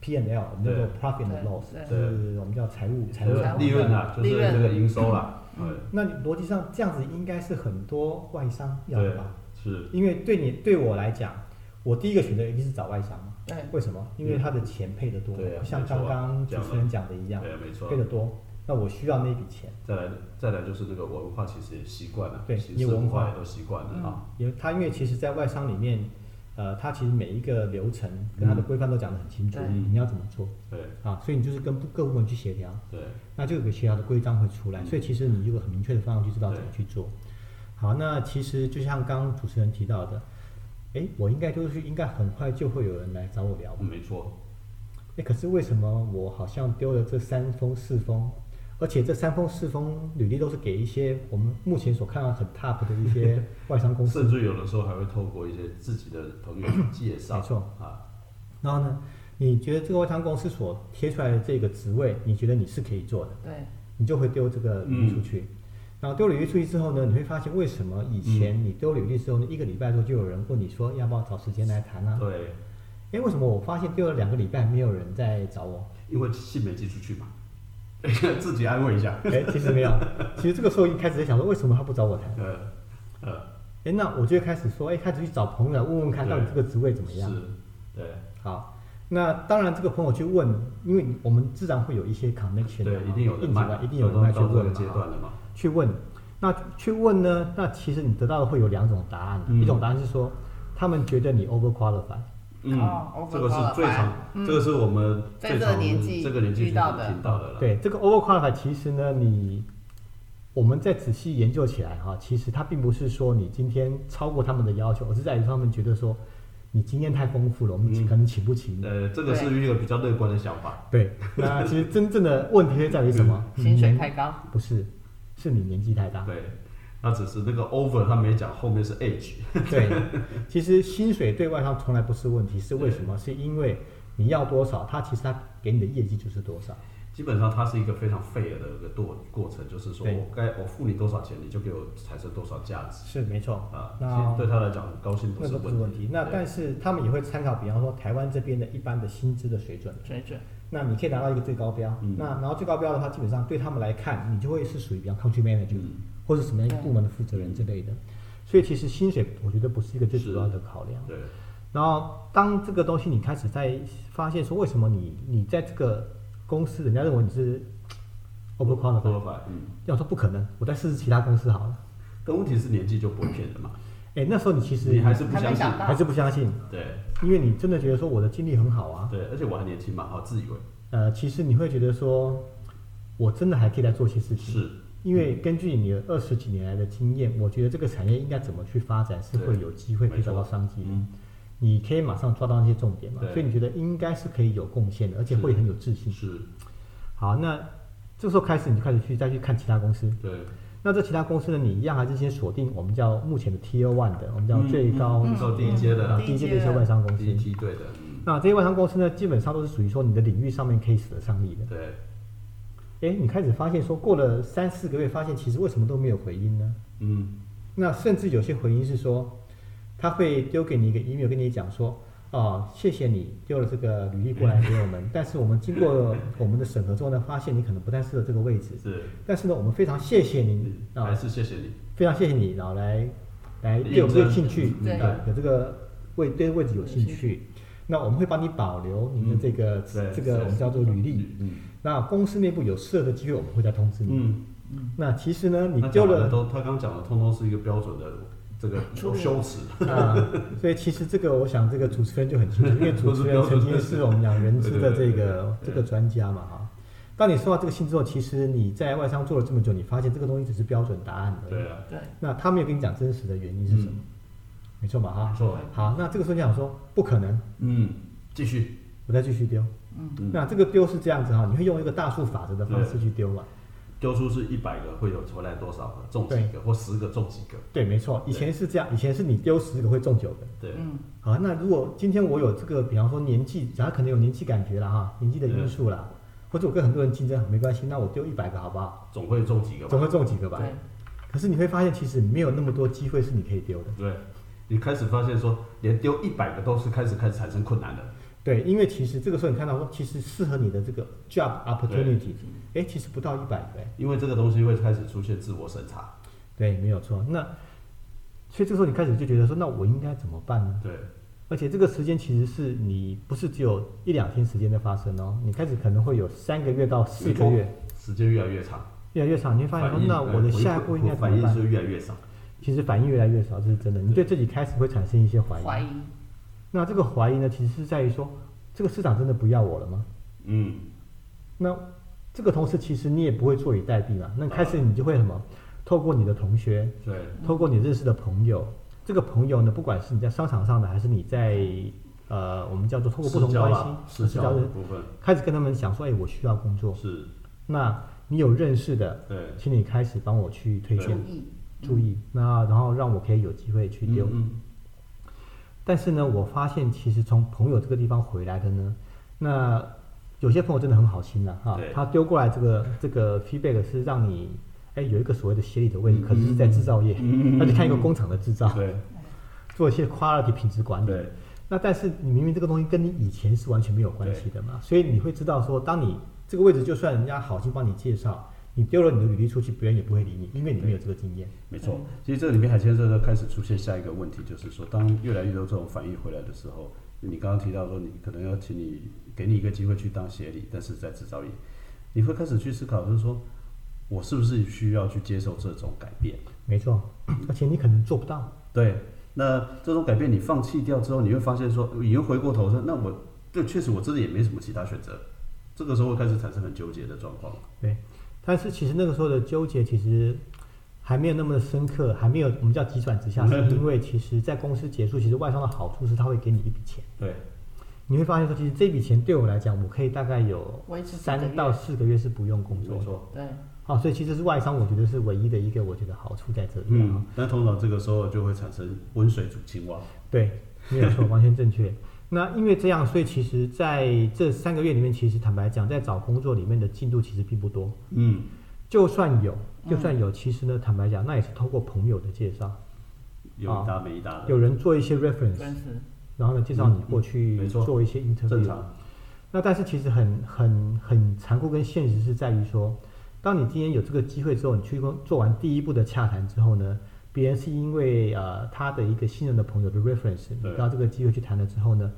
[SPEAKER 3] P and L，我们叫做
[SPEAKER 2] 对
[SPEAKER 3] profit and
[SPEAKER 1] 对对
[SPEAKER 3] loss，就是我们叫财务财务
[SPEAKER 1] 对
[SPEAKER 3] 状况
[SPEAKER 2] 利润啊，就是
[SPEAKER 1] 利润
[SPEAKER 2] 这个营收啦，哎对。
[SPEAKER 3] 那你逻辑上这样子应该是很多外商要
[SPEAKER 2] 对
[SPEAKER 3] 的吧？，
[SPEAKER 2] 是，
[SPEAKER 3] 因为对你对我来讲，我第一个选择一定是找外商嘛。
[SPEAKER 1] 对，
[SPEAKER 3] 为什么？因为他的钱配得多，
[SPEAKER 2] 嗯对啊
[SPEAKER 3] 像
[SPEAKER 2] 没错啊
[SPEAKER 3] 刚刚主持人讲的一样，
[SPEAKER 2] 对，没错啊
[SPEAKER 3] 配。得多。那我需要那笔钱，
[SPEAKER 2] 再来，再来就是那个文化，其实也习惯了，
[SPEAKER 3] 对
[SPEAKER 2] 形
[SPEAKER 3] 也
[SPEAKER 2] 式
[SPEAKER 3] 文
[SPEAKER 2] 文
[SPEAKER 3] 化嗯
[SPEAKER 2] 化也都习惯了啊。
[SPEAKER 3] 因为他因为其实，在外商里面，呃，他其实每一个流程跟他的规范都讲得很清楚，
[SPEAKER 2] 嗯
[SPEAKER 3] 你要怎么做
[SPEAKER 2] 对
[SPEAKER 3] 啊？所以你就是跟各部门去协调，
[SPEAKER 2] 对，
[SPEAKER 3] 那就有个协调的规章会出来。所以其实你有个很明确的方向去知道怎么去做。好，那其实就像刚刚主持人提到的，诶，我应该就是应该很快就会有人来找我聊吧。
[SPEAKER 2] 没错，
[SPEAKER 3] 哎，可是为什么我好像丢了这三封四封，而且这三封四封履历都是给一些我们目前所看到很 top 的一些外商公司
[SPEAKER 2] 甚？至有的时候还会透过一些自己的朋友介绍，
[SPEAKER 3] 没错
[SPEAKER 2] 啊，
[SPEAKER 3] 然后呢，你觉得这个外商公司所贴出来的这个职位，你觉得你是可以做的，
[SPEAKER 1] 对，
[SPEAKER 3] 你就会丢这个履
[SPEAKER 2] 嗯
[SPEAKER 3] 历出去。然后丢履历出去之后呢，你会发现为什么以前你丢履历之后呢，一个礼拜之后就有人问你说要不要找时间来谈啊？
[SPEAKER 2] 对，
[SPEAKER 3] 哎，为什么我发现丢了两个礼拜没有人在找我？
[SPEAKER 2] 因为信没寄出去嘛， 自己安慰一 下。
[SPEAKER 3] 哎，其实没有，其实这个时候一开始在想说，为什么他不找我谈？
[SPEAKER 2] 呃呃，
[SPEAKER 3] 哎，那我就会开始说，哎，开始去找朋友问问看，
[SPEAKER 2] 对
[SPEAKER 3] 到底这个职位怎么样
[SPEAKER 2] 是？，对
[SPEAKER 3] 好，那当然这个朋友去问，因为我们自然会有一些 connection，
[SPEAKER 2] 对，
[SPEAKER 3] 嘛
[SPEAKER 2] 一定有人
[SPEAKER 3] 硬啊
[SPEAKER 2] 脉
[SPEAKER 3] 脉，一定有人
[SPEAKER 2] 都
[SPEAKER 3] 脉去
[SPEAKER 2] 到这
[SPEAKER 3] 问
[SPEAKER 2] 个
[SPEAKER 3] 嘛
[SPEAKER 2] 阶段了嘛。
[SPEAKER 3] 去问。那去问呢？那其实你得到的会有两种答案，啊
[SPEAKER 2] 嗯
[SPEAKER 3] 一种答案是说他们觉得你 over qualified，
[SPEAKER 1] 哦
[SPEAKER 2] 嗯，这个是
[SPEAKER 1] overqualified
[SPEAKER 2] 最常，
[SPEAKER 1] 嗯
[SPEAKER 2] 这个是我们最
[SPEAKER 1] 在这个
[SPEAKER 2] 常
[SPEAKER 1] 年纪
[SPEAKER 2] 这个年纪
[SPEAKER 1] 遇到的
[SPEAKER 2] 听到的了。
[SPEAKER 3] 对，这个 overqualified 其实呢，你我们再仔细研究起来哈，其实它并不是说你今天超过他们的要求，而是在于他们觉得说你经验太丰富了，我们
[SPEAKER 2] 嗯
[SPEAKER 3] 可能请不起你。
[SPEAKER 2] 呃，这个是一个比较乐观的想法。
[SPEAKER 3] 对，那其实真正的问题会在于什么？
[SPEAKER 2] 嗯
[SPEAKER 1] 薪水
[SPEAKER 3] 你
[SPEAKER 1] 太高，
[SPEAKER 3] 不是，是你年纪太大。
[SPEAKER 2] 对，那只是那个 over 他没讲，后面是 age。
[SPEAKER 3] 对，其实薪水对外商从来不是问题，是为什么？是因为你要多少，他其实他给你的业绩就是多少。
[SPEAKER 2] 基本上它是一个非常 fair 的一个过过程，就是说
[SPEAKER 3] 对
[SPEAKER 2] 我该我付你多少钱，你就给我产生多少价值
[SPEAKER 3] 是没错
[SPEAKER 2] 啊。其
[SPEAKER 3] 那
[SPEAKER 2] 实对他来讲，高兴不
[SPEAKER 3] 那
[SPEAKER 2] 是
[SPEAKER 3] 个不是问
[SPEAKER 2] 问
[SPEAKER 3] 题。那
[SPEAKER 2] 对
[SPEAKER 3] 但是他们也会参考，比方说台湾这边的一般的薪资的水准。
[SPEAKER 1] 水准
[SPEAKER 3] 那你可以拿到一个最高标，
[SPEAKER 2] 嗯
[SPEAKER 3] 那然后最高标的话，基本上对他们来看，你就会是属于比方 country manager、
[SPEAKER 2] 嗯
[SPEAKER 3] 或者什么样一个部门的负责人之类的。所以其实薪水我觉得不是一个最主要的考量。
[SPEAKER 2] 对，
[SPEAKER 3] 然后当这个东西你开始在发现说，为什么你你在这个公司，人家认为你是 overqualified，
[SPEAKER 2] qualified，嗯。
[SPEAKER 3] 要说不可能，我再试试其他公司好了。
[SPEAKER 2] 但问题是年纪就不会骗人嘛，
[SPEAKER 3] 哎，那时候你其实
[SPEAKER 2] 你还是不相
[SPEAKER 1] 还没
[SPEAKER 2] 信，
[SPEAKER 1] 长大
[SPEAKER 3] 还是不相信，
[SPEAKER 2] 对
[SPEAKER 3] 因为你真的觉得说我的经历很好啊。
[SPEAKER 2] 对，而且我还年轻嘛，好自以为
[SPEAKER 3] 呃，其实你会觉得说，我真的还可以再做些事情。
[SPEAKER 2] 是，
[SPEAKER 3] 因为根据你的二十几年来的经验，我觉得这个产业应该怎么去发展是
[SPEAKER 2] 对
[SPEAKER 3] 会有机会可以找到商机的
[SPEAKER 2] 嗯。
[SPEAKER 3] 你可以马上抓到那些重点嘛，
[SPEAKER 2] 对
[SPEAKER 3] 所以你觉得应该是可以有贡献的，而且
[SPEAKER 2] 是
[SPEAKER 3] 会很有自信。
[SPEAKER 2] 是，
[SPEAKER 3] 好，那这个时候开始你就开始去再去看其他公司。
[SPEAKER 2] 对，
[SPEAKER 3] 那这其他公司呢，你一样还是先锁定我们叫目前的 Tier One 的，我们叫
[SPEAKER 2] 嗯
[SPEAKER 3] 最高
[SPEAKER 2] 嗯嗯第一阶的啦
[SPEAKER 3] 低阶的一些外商公
[SPEAKER 2] 第一
[SPEAKER 3] 司。
[SPEAKER 2] 梯队的，嗯，
[SPEAKER 3] 那这些外商公司呢，基本上都是属于说你的领域上面可以使得上力的。
[SPEAKER 2] 对，
[SPEAKER 3] 诶，你开始发现说过了三四个月，发现其实为什么都没有回音呢？
[SPEAKER 2] 嗯，
[SPEAKER 3] 那甚至有些回音是说，他会丢给你一个 email，跟你讲说，哦，谢谢你丢了这个履历过来给我们，但是我们经过我们的审核之后呢，发现你可能不太适合这个位置，
[SPEAKER 2] 是，
[SPEAKER 3] 但是呢，我们非常谢谢你啊、
[SPEAKER 2] 还是谢谢你，
[SPEAKER 3] 非常谢谢你，然后来来
[SPEAKER 2] 认
[SPEAKER 3] 对我们这个
[SPEAKER 2] 真
[SPEAKER 3] 兴趣，
[SPEAKER 1] 对
[SPEAKER 3] 啊有这个位对这个位置有兴趣，那我们会帮你保留你的这个、
[SPEAKER 2] 嗯对
[SPEAKER 3] 这个我们叫做履历。
[SPEAKER 2] 嗯
[SPEAKER 3] 那公司内部有适合的机会，我们会再通知你。
[SPEAKER 2] 嗯，
[SPEAKER 3] 那其实呢，你
[SPEAKER 2] 他
[SPEAKER 3] 丢
[SPEAKER 2] 讲的
[SPEAKER 3] 了
[SPEAKER 2] 都，他刚讲的通通是一个标准的这个
[SPEAKER 1] 出路
[SPEAKER 2] 羞耻，
[SPEAKER 3] 啊，所以其实这个我想这个主持人就很清 楚，因为主持人曾经是我们养人资的这个
[SPEAKER 2] 对对对对
[SPEAKER 3] 这个专家嘛哈。当你收到这个信之后，其实你在外商做了这么久，你发现这个东西只是标准答案而已
[SPEAKER 2] 对。嗯啊，
[SPEAKER 1] 对，
[SPEAKER 3] 那他没有跟你讲真实的原因是什么，没错嘛
[SPEAKER 2] 没
[SPEAKER 3] 哈。
[SPEAKER 2] 错，
[SPEAKER 3] 好，那这个时候你想说不可能，
[SPEAKER 2] 嗯，继续，
[SPEAKER 3] 我再继续丢。
[SPEAKER 2] 嗯
[SPEAKER 3] 那这个丢是这样子哈，你会用一个大数法则的方式去丢嘛？
[SPEAKER 2] 丢出是一百个，会有回来多少个？中几个或十个中几个？
[SPEAKER 3] 对，没错，以前是这样，以前是你丢十个会中九个。
[SPEAKER 2] 对，
[SPEAKER 1] 嗯，
[SPEAKER 3] 好，啊那如果今天我有这个，比方说年纪，然后可能有年纪感觉了哈，年纪的因素啦，或者我跟很多人竞争，没关系，那我丢一百个好不好？
[SPEAKER 2] 总会中几个
[SPEAKER 3] 总
[SPEAKER 2] 吧？
[SPEAKER 3] 会中几个吧。
[SPEAKER 1] 对，
[SPEAKER 3] 可是你会发现，其实没有那么多机会是你可以丢的。
[SPEAKER 2] 对，你开始发现说，连丢一百个都是开始开始产生困难的。
[SPEAKER 3] 对，因为其实这个时候你看到说，其实适合你的这个 job opportunity，哎，其实不到一百个。诶
[SPEAKER 2] 因为这个东西会开始出现自我审查，
[SPEAKER 3] 对，没有错。那所以这个时候你开始就觉得说，那我应该怎么办呢？
[SPEAKER 2] 对，
[SPEAKER 3] 而且这个时间其实是你不是只有一两天时间在发生哦，你开始可能会有三个月到四个月。
[SPEAKER 2] 时间越来越长，
[SPEAKER 3] 越来越少，你会发现
[SPEAKER 2] 反
[SPEAKER 3] 说，
[SPEAKER 2] 应呃
[SPEAKER 3] 那我的下一步应该怎
[SPEAKER 2] 反
[SPEAKER 3] 么
[SPEAKER 2] 应是
[SPEAKER 3] 办？
[SPEAKER 2] 越来越少，
[SPEAKER 3] 其实反应越来越少，这是真的。你对自己开始会产生一些怀疑。
[SPEAKER 1] 怀疑，
[SPEAKER 3] 那这个怀疑呢，其实是在于说，这个市场真的不要我了吗？
[SPEAKER 2] 嗯，
[SPEAKER 3] 那这个同时，其实你也不会坐以待毙嘛。那开始你就会什么？透过你的同学，
[SPEAKER 2] 对，
[SPEAKER 3] 透过你认识的朋友，这个朋友呢，不管是你在商场上的，还是你在呃，我们叫做透过不同
[SPEAKER 2] 社交
[SPEAKER 3] 关
[SPEAKER 2] 啦
[SPEAKER 3] 系，
[SPEAKER 2] 社交
[SPEAKER 3] 的
[SPEAKER 2] 啊的部分
[SPEAKER 3] 开始跟他们讲说，哎，我需要工作。
[SPEAKER 2] 是，
[SPEAKER 3] 那你有认识的，
[SPEAKER 2] 对，
[SPEAKER 3] 请你开始帮我去推
[SPEAKER 2] 对
[SPEAKER 1] 注
[SPEAKER 3] 荐。
[SPEAKER 1] 意，
[SPEAKER 3] 注意，那然后让我可以有机会去丢。
[SPEAKER 2] 嗯，
[SPEAKER 3] 但是呢，我发现其实从朋友这个地方回来的呢，那有些朋友真的很好心了、啊哈
[SPEAKER 2] 对，
[SPEAKER 3] 他丢过来这个这个 feedback 是让你哎有一个所谓的协理的位置，
[SPEAKER 2] 嗯
[SPEAKER 3] 可是是在制造业，
[SPEAKER 2] 嗯嗯嗯
[SPEAKER 3] 那就看一个工厂的制造
[SPEAKER 2] 嗯，对，
[SPEAKER 3] 做一些 quality 品质管理。
[SPEAKER 2] 对，
[SPEAKER 3] 那但是你明明这个东西跟你以前是完全没有关系的嘛，所以你会知道说，当你这个位置就算人家好心帮你介绍，你丢了你的履历出去，别人也不会理你，因为你没有这个经验。
[SPEAKER 2] 没错，其实这里面还牵涉到开始出现下一个问题，就是说，当越来越多这种反应回来的时候，你刚刚提到说，你可能要请你给你一个机会去当协理，但是在制造业，你会开始去思考，就是说我是不是需要去接受这种改变？
[SPEAKER 3] 没错， 而且你可能做不到。
[SPEAKER 2] 对，那这种改变你放弃掉之后，你会发现说，你又回过头说，那我对，确实我真的也没什么其他选择，这个时候会开始产生很纠结的状况。
[SPEAKER 3] 对，但是其实那个时候的纠结其实还没有那么的深刻，还没有我们叫急转直下，
[SPEAKER 2] 嗯
[SPEAKER 3] 是因为其实在公司结束，其实外商的好处是他会给你一笔钱，
[SPEAKER 2] 对，
[SPEAKER 3] 你会发现说，其实这笔钱对我来讲，我可以大概有
[SPEAKER 1] 维持几个
[SPEAKER 3] 三
[SPEAKER 1] 月
[SPEAKER 3] 到四个月是不用工作
[SPEAKER 2] 没
[SPEAKER 3] 的。
[SPEAKER 2] 错。
[SPEAKER 1] 对，
[SPEAKER 3] 好，所以其实是外商，我觉得是唯一的一个我觉得好处在这里啊。
[SPEAKER 2] 嗯，但通常这个时候就会产生温水煮青蛙。
[SPEAKER 3] 对，没有错，完全正确。 那因为这样，所以其实在这三个月里面，其实坦白讲，在找工作里面的进度其实并不多。
[SPEAKER 2] 嗯，
[SPEAKER 3] 就算有，就算有，其实呢，坦白讲，那也是透过朋友的介绍，
[SPEAKER 2] 有一搭没一搭的。
[SPEAKER 3] 啊有人做一些 reference，
[SPEAKER 1] 真是
[SPEAKER 3] 然后呢，介绍你过
[SPEAKER 2] 嗯
[SPEAKER 3] 去
[SPEAKER 2] 没错
[SPEAKER 3] 做一些
[SPEAKER 2] 正
[SPEAKER 3] interview。
[SPEAKER 2] 常。
[SPEAKER 3] 那但是其实很很很残酷跟现实是在于说，当你今天有这个机会之后，你去做完第一步的洽谈之后呢，别人是因为呃他的一个信任的朋友的 reference，你
[SPEAKER 2] 对
[SPEAKER 3] 得到这个机会去谈了之后呢，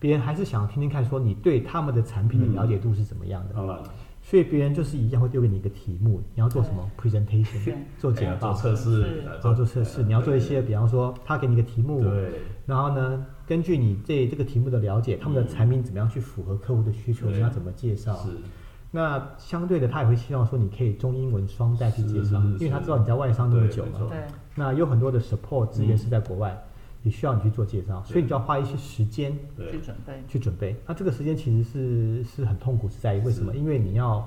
[SPEAKER 3] 别人还是想听听看说你对他们的产品的了解度是怎么样的，
[SPEAKER 2] 当然，
[SPEAKER 3] 所以别人就是一样会丢给你一个题目，你要做什么 presentation，
[SPEAKER 1] 对
[SPEAKER 3] 做简
[SPEAKER 2] 哎呀
[SPEAKER 3] 报
[SPEAKER 2] 做，测试
[SPEAKER 1] 是，
[SPEAKER 2] 哎
[SPEAKER 3] 做做测试，你要做一些，比方说他给你一个题目，
[SPEAKER 2] 对，
[SPEAKER 3] 然后呢，根据你对这个题目的了解，他们的产品怎么样去符合客户的需求，
[SPEAKER 2] 对
[SPEAKER 3] 你要怎么介绍？
[SPEAKER 2] 是，
[SPEAKER 3] 那相对的，他也会希望说你可以中英文双带去介绍
[SPEAKER 2] 是是，
[SPEAKER 3] 因
[SPEAKER 2] 是
[SPEAKER 3] 为他知道你在外商那么久
[SPEAKER 2] 对没
[SPEAKER 3] 嘛
[SPEAKER 2] 错。
[SPEAKER 1] 对，
[SPEAKER 3] 那有很多的 support 资源是在国外，也需要你去做介
[SPEAKER 2] 嗯
[SPEAKER 3] 绍，所以你就要花一些时间
[SPEAKER 1] 去
[SPEAKER 2] 对，
[SPEAKER 1] 准备，
[SPEAKER 3] 去准备。那这个时间其实是是很痛苦，是在于为什么？
[SPEAKER 2] 是
[SPEAKER 3] 因为你要，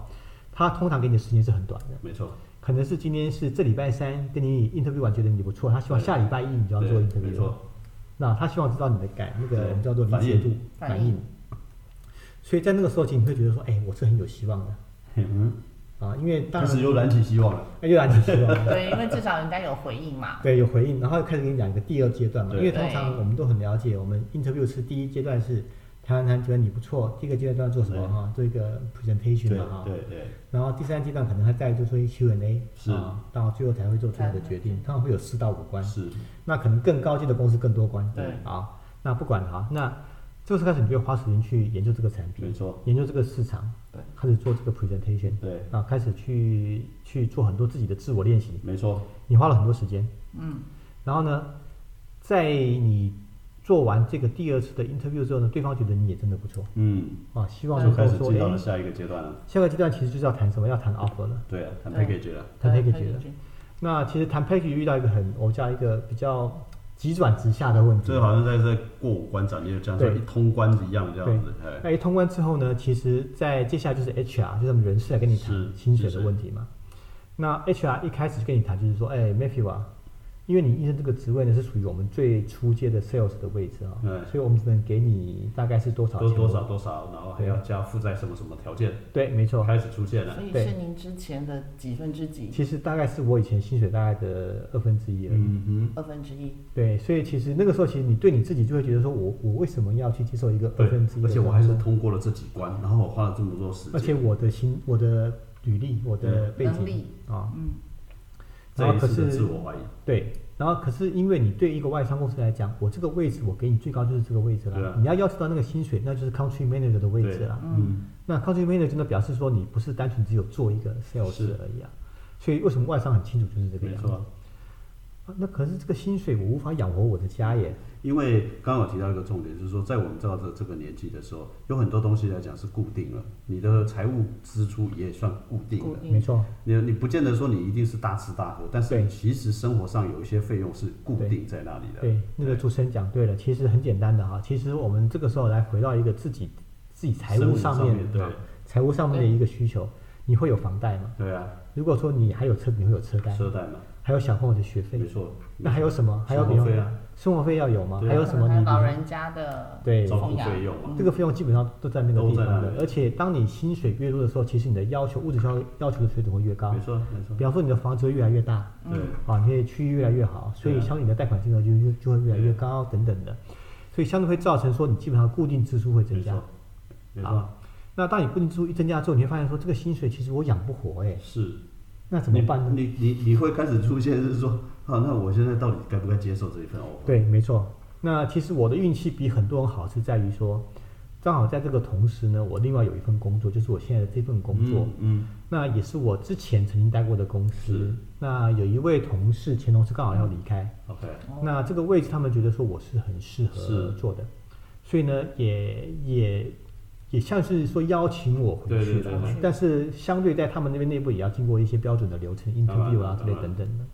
[SPEAKER 3] 他通常给你的时间是很短的，
[SPEAKER 2] 没错，
[SPEAKER 3] 可能是今天是这礼拜三跟你 interview 完觉得你不错，他希望下礼拜一你就要做
[SPEAKER 2] 对
[SPEAKER 3] interview，
[SPEAKER 2] 没错
[SPEAKER 3] 那他希望知道你的感那个
[SPEAKER 2] 对
[SPEAKER 3] 我们叫做理
[SPEAKER 2] 反
[SPEAKER 3] 解
[SPEAKER 2] 应
[SPEAKER 3] 度
[SPEAKER 1] 反应
[SPEAKER 3] 所以在那个时候，其实你会觉得说，哎、我是很有希望的
[SPEAKER 2] 嗯，
[SPEAKER 3] 啊，因为当
[SPEAKER 2] 开
[SPEAKER 3] 然
[SPEAKER 2] 始又燃起希望了。
[SPEAKER 3] 哎又来你希望 了，
[SPEAKER 1] 对，因为至少人家有回应嘛，
[SPEAKER 3] 对，有回应，然后开始跟你讲一个第二阶段嘛，因
[SPEAKER 2] 对
[SPEAKER 3] 为通常我们都很了解，我们 interview 是第一阶段是谈完谈觉得你不错，第二个阶段做什么
[SPEAKER 2] 对
[SPEAKER 3] 哈，做一个
[SPEAKER 2] 对
[SPEAKER 3] presentation 嘛哈，
[SPEAKER 2] 对对，
[SPEAKER 3] 然后第三阶段可能还再做出一些 Q&A，
[SPEAKER 2] 是嗯
[SPEAKER 3] 啊，到最后才会做出你的决定，通常会有四到五关，
[SPEAKER 2] 是，
[SPEAKER 3] 那可能更高级的公司更多关，
[SPEAKER 1] 对
[SPEAKER 3] 好，那不管哈，那这个时候开始你就花时间去研究这个产品，
[SPEAKER 2] 没错
[SPEAKER 3] 研究这个市场，
[SPEAKER 1] 对，
[SPEAKER 3] 开始做这个 presentation，
[SPEAKER 2] 对
[SPEAKER 3] 啊，开始去去做很多自己的自我练习，
[SPEAKER 2] 没错，
[SPEAKER 3] 你花了很多时间，
[SPEAKER 1] 嗯，
[SPEAKER 3] 然后呢，在你做完这个第二次的 interview 之后呢，对方觉得你也真的不错
[SPEAKER 2] 嗯，
[SPEAKER 3] 啊，希望
[SPEAKER 2] 就
[SPEAKER 3] 能
[SPEAKER 2] 开
[SPEAKER 3] 够
[SPEAKER 2] 始
[SPEAKER 3] 说，
[SPEAKER 2] 进到了
[SPEAKER 3] 哎，
[SPEAKER 2] 下一个阶段了。
[SPEAKER 3] 下个阶段其实就是要谈什么，要谈 offer 了，
[SPEAKER 2] 对啊，谈
[SPEAKER 1] 对
[SPEAKER 2] package 了。
[SPEAKER 3] 谈
[SPEAKER 1] 对
[SPEAKER 3] package 了。那其实谈 package 遇到一个很，我叫一个比较急转直下的问题，
[SPEAKER 2] 这好像在在过五关斩六将，像
[SPEAKER 3] 对
[SPEAKER 2] 一通关一样这样子。哎，
[SPEAKER 3] 那一通关之后呢，其实在接下来就是 HR，就是我们人事来跟你谈
[SPEAKER 2] 是
[SPEAKER 3] 薪水
[SPEAKER 2] 是
[SPEAKER 3] 的
[SPEAKER 2] 是
[SPEAKER 3] 问题嘛。那 HR 一开始就跟你谈，就是说，哎 m a t t h e w 啊，因为你医生这个职位呢是属于我们最初阶的 sales 的位置啊、
[SPEAKER 2] 对
[SPEAKER 3] 所以我们只能给你大概是多少
[SPEAKER 2] 多
[SPEAKER 3] 钱？
[SPEAKER 2] 多少？多少，然后还要加附在什么什么条件，
[SPEAKER 3] 对，没错。
[SPEAKER 2] 开始出现了
[SPEAKER 1] 所。以
[SPEAKER 3] 对
[SPEAKER 1] 是您之前的几分之几？
[SPEAKER 3] 其实大概是我以前薪水大概的二分之一而已。
[SPEAKER 2] 嗯哼。
[SPEAKER 1] 二分之一，
[SPEAKER 3] 对，所以其实那个时候，其实你对你自己就会觉得说我，我为什么要去接受一个二
[SPEAKER 2] 对
[SPEAKER 3] 分之一？，
[SPEAKER 2] 而且我还是，通过了这几关，然后我花了这么多时
[SPEAKER 3] 而且
[SPEAKER 2] 间，
[SPEAKER 3] 我的薪、我的履历、我的
[SPEAKER 2] 嗯
[SPEAKER 3] 背
[SPEAKER 1] 能
[SPEAKER 3] 景
[SPEAKER 1] 力
[SPEAKER 3] 啊，
[SPEAKER 1] 嗯，
[SPEAKER 2] 这一次
[SPEAKER 3] 然后可
[SPEAKER 2] 的
[SPEAKER 3] 是
[SPEAKER 2] 自我怀疑，
[SPEAKER 3] 对，然后可是因为你对一个外商公司来讲，我这个位置我给你最高就是这个位置
[SPEAKER 2] 对
[SPEAKER 3] 了，
[SPEAKER 2] 啊
[SPEAKER 3] 你要要求到那个薪水，那就是 country manager 的位置
[SPEAKER 2] 对
[SPEAKER 3] 了。
[SPEAKER 2] 嗯，
[SPEAKER 3] 那 country manager 呢，表示说你不是单纯只有做一个 sales
[SPEAKER 2] 是
[SPEAKER 3] 而已啊。所以为什么外商很清楚就是这个
[SPEAKER 2] 没
[SPEAKER 3] 样子？
[SPEAKER 2] 错。
[SPEAKER 3] 啊那可是这个薪水我无法养活我的家耶。
[SPEAKER 2] 因为刚刚有提到一个重点，就是说，在我们到这这个年纪的时候，有很多东西来讲是固定了，你的财务支出也算固定
[SPEAKER 1] 固
[SPEAKER 2] 了。
[SPEAKER 1] 定
[SPEAKER 3] 没错，
[SPEAKER 2] 你你不见得说你一定是大吃大喝，但是
[SPEAKER 3] 对
[SPEAKER 2] 其实生活上有一些费用是固定在那里的。
[SPEAKER 3] 对，那个主持人讲对了，其实很简单的哈、其实我们这个时候来回到一个自己自己财
[SPEAKER 2] 生
[SPEAKER 3] 务
[SPEAKER 2] 活
[SPEAKER 3] 上
[SPEAKER 2] 上
[SPEAKER 3] 面
[SPEAKER 2] 面对
[SPEAKER 3] 啊财务上面的一个需求，你会有房贷吗？
[SPEAKER 2] 对啊，
[SPEAKER 3] 如果说你还有车，你会有车贷，
[SPEAKER 2] 车贷嘛，
[SPEAKER 3] 还有小朋友的学费
[SPEAKER 2] 没，错。
[SPEAKER 3] 啊那还有什么？还有
[SPEAKER 2] 生活
[SPEAKER 3] 比方
[SPEAKER 2] 费啊，
[SPEAKER 3] 生活费要有吗？
[SPEAKER 2] 对啊
[SPEAKER 3] 还有什么
[SPEAKER 1] 可能
[SPEAKER 3] 你？
[SPEAKER 1] 老人家的嗯
[SPEAKER 3] 对
[SPEAKER 2] 照
[SPEAKER 1] 抚
[SPEAKER 2] 顾
[SPEAKER 1] 养
[SPEAKER 2] 费用嘛，
[SPEAKER 3] 这个费用基本上都在那个地
[SPEAKER 2] 都在那
[SPEAKER 3] 方的
[SPEAKER 2] 里，
[SPEAKER 3] 而且当你薪水越多的时候，其实你的要求物质要要求的水准会越高
[SPEAKER 2] 没。错没错
[SPEAKER 3] 比。方说你的房子会越来越大，
[SPEAKER 2] 对，
[SPEAKER 3] 啊，你的区域越来越好，所
[SPEAKER 2] 对
[SPEAKER 3] 以
[SPEAKER 2] 啊
[SPEAKER 3] 相应的贷款金额就就就会越来越高等等的。所以相对会造成说你基本上固定支出会
[SPEAKER 2] 没
[SPEAKER 3] 增加
[SPEAKER 2] 错。，没错
[SPEAKER 3] 啊，那当你固定支出一增加之后，你会发现说这个薪水其实我养不活哎、
[SPEAKER 2] 是。
[SPEAKER 3] 那怎么办呢？
[SPEAKER 2] 你你你你会开始出现是说，啊，那我现在到底该不该接受这一份 offer？
[SPEAKER 3] 对，没错。那其实我的运气比很多人好，是在于说，刚好在这个同时呢，我另外有一份工作，就是我现在的这份工作，
[SPEAKER 2] 嗯，
[SPEAKER 3] 那也是我之前曾经待过的公司
[SPEAKER 2] 是。
[SPEAKER 3] 那有一位同事，前同事刚好要离开，
[SPEAKER 2] 嗯，OK，
[SPEAKER 3] 那这个位置他们觉得说我是很适合
[SPEAKER 2] 是
[SPEAKER 3] 做的，所以呢，也也也像是说邀请我回去了，
[SPEAKER 2] 对对对
[SPEAKER 1] 对
[SPEAKER 3] 但是相对在他们那边内部也要经过一些标准的流程
[SPEAKER 2] 当然
[SPEAKER 3] ，interview 啊之
[SPEAKER 2] 当
[SPEAKER 3] 类
[SPEAKER 2] 然
[SPEAKER 3] 等等的。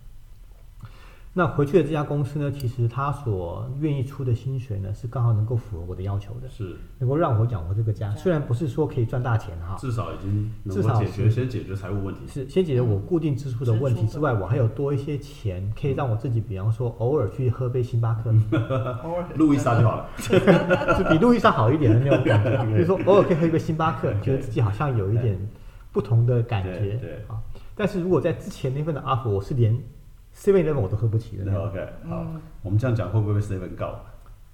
[SPEAKER 3] 那回去的这家公司呢，其实他所愿意出的薪水呢，是刚好能够符合我的要求的，
[SPEAKER 2] 是，
[SPEAKER 3] 能够让我养活这个家。虽然不是说可以赚大钱哈，
[SPEAKER 2] 至少已经
[SPEAKER 3] 至
[SPEAKER 2] 能
[SPEAKER 3] 少
[SPEAKER 2] 够解决，
[SPEAKER 3] 是
[SPEAKER 2] 先解决财务问题。
[SPEAKER 3] 是先解决我固定支出的问题之外，我还有多一些钱，可以
[SPEAKER 2] 嗯
[SPEAKER 3] 让我自己，比方说偶尔去喝杯星巴克，
[SPEAKER 1] 哦偶尔
[SPEAKER 2] 路易莎就好了，
[SPEAKER 3] 就比路易莎好一点的那种 感觉，就是说偶尔可以喝一个星巴克，觉得自己好像有一点不同的感觉
[SPEAKER 2] 对对
[SPEAKER 3] 啊。但是如果在之前那份的 offer，我是连 Seven Eleven 我都喝不起的那
[SPEAKER 2] 那
[SPEAKER 3] 种，
[SPEAKER 2] OK，好，我们这样讲会不会被 Steven 告？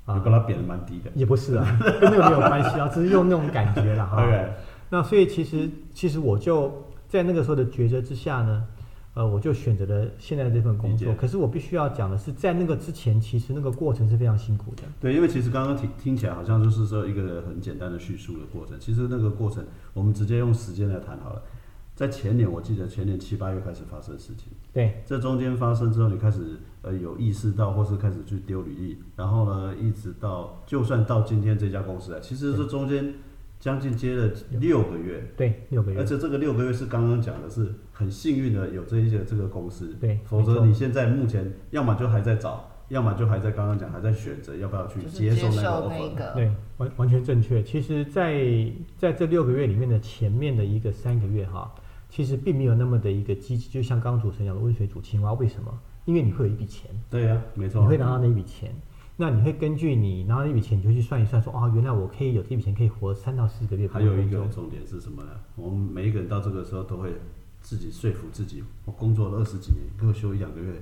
[SPEAKER 3] 啊
[SPEAKER 2] 你把他贬得蛮低的。
[SPEAKER 3] 也不 是啊，跟那个没有关系啊，只是用那种感觉了哈。
[SPEAKER 2] OK，
[SPEAKER 3] 那所以其实其实我就在那个时候的抉择之下呢，呃，我就选择了现在的这份工作。
[SPEAKER 2] 理解
[SPEAKER 3] 可是我必须要讲的是，在那个之前，其实那个过程是非常辛苦的。
[SPEAKER 2] 对，因为其实刚刚听听起来好像就是说一个很简单的叙述的过程，其实那个过程我们直接用时间来谈好了。在前年，我记得前年七八月开始发生的事情，
[SPEAKER 3] 对，
[SPEAKER 2] 这中间发生之后，你开始呃有意识到，或是开始去丢履历，然后呢，一直到就算到今天这家公司来，啊其实这中间将近接了六个月，
[SPEAKER 3] 对，六个月
[SPEAKER 2] 而。且这个六个月是刚刚讲的是很幸运的有这一些这个公司，
[SPEAKER 3] 对
[SPEAKER 2] 否
[SPEAKER 3] 没
[SPEAKER 2] 则
[SPEAKER 3] 错
[SPEAKER 2] 你现在目前要么就还在找，要么就还在刚刚讲还在选择要不要去
[SPEAKER 1] 就是
[SPEAKER 2] 接
[SPEAKER 1] 接
[SPEAKER 2] 受那个
[SPEAKER 1] 受
[SPEAKER 2] offer，
[SPEAKER 1] 那个
[SPEAKER 3] 对，完完全正确。其实在，在这六个月里面的前面的一个三个月哈，其实并没有那么的一个积极，就像刚刚主持人讲的温水煮青蛙，为什么？因为你会有一笔钱，
[SPEAKER 2] 对呀、没错，
[SPEAKER 3] 你会拿到那一笔钱，那你会根据你拿到那笔钱，你就去算一算说，哦，原来我可以有这笔钱可以活三到四个月。
[SPEAKER 2] 还有一个，重点是什么呢？我们每一个人到这个时候都会自己说服自己，我工作了二十几年，给我休一两个月，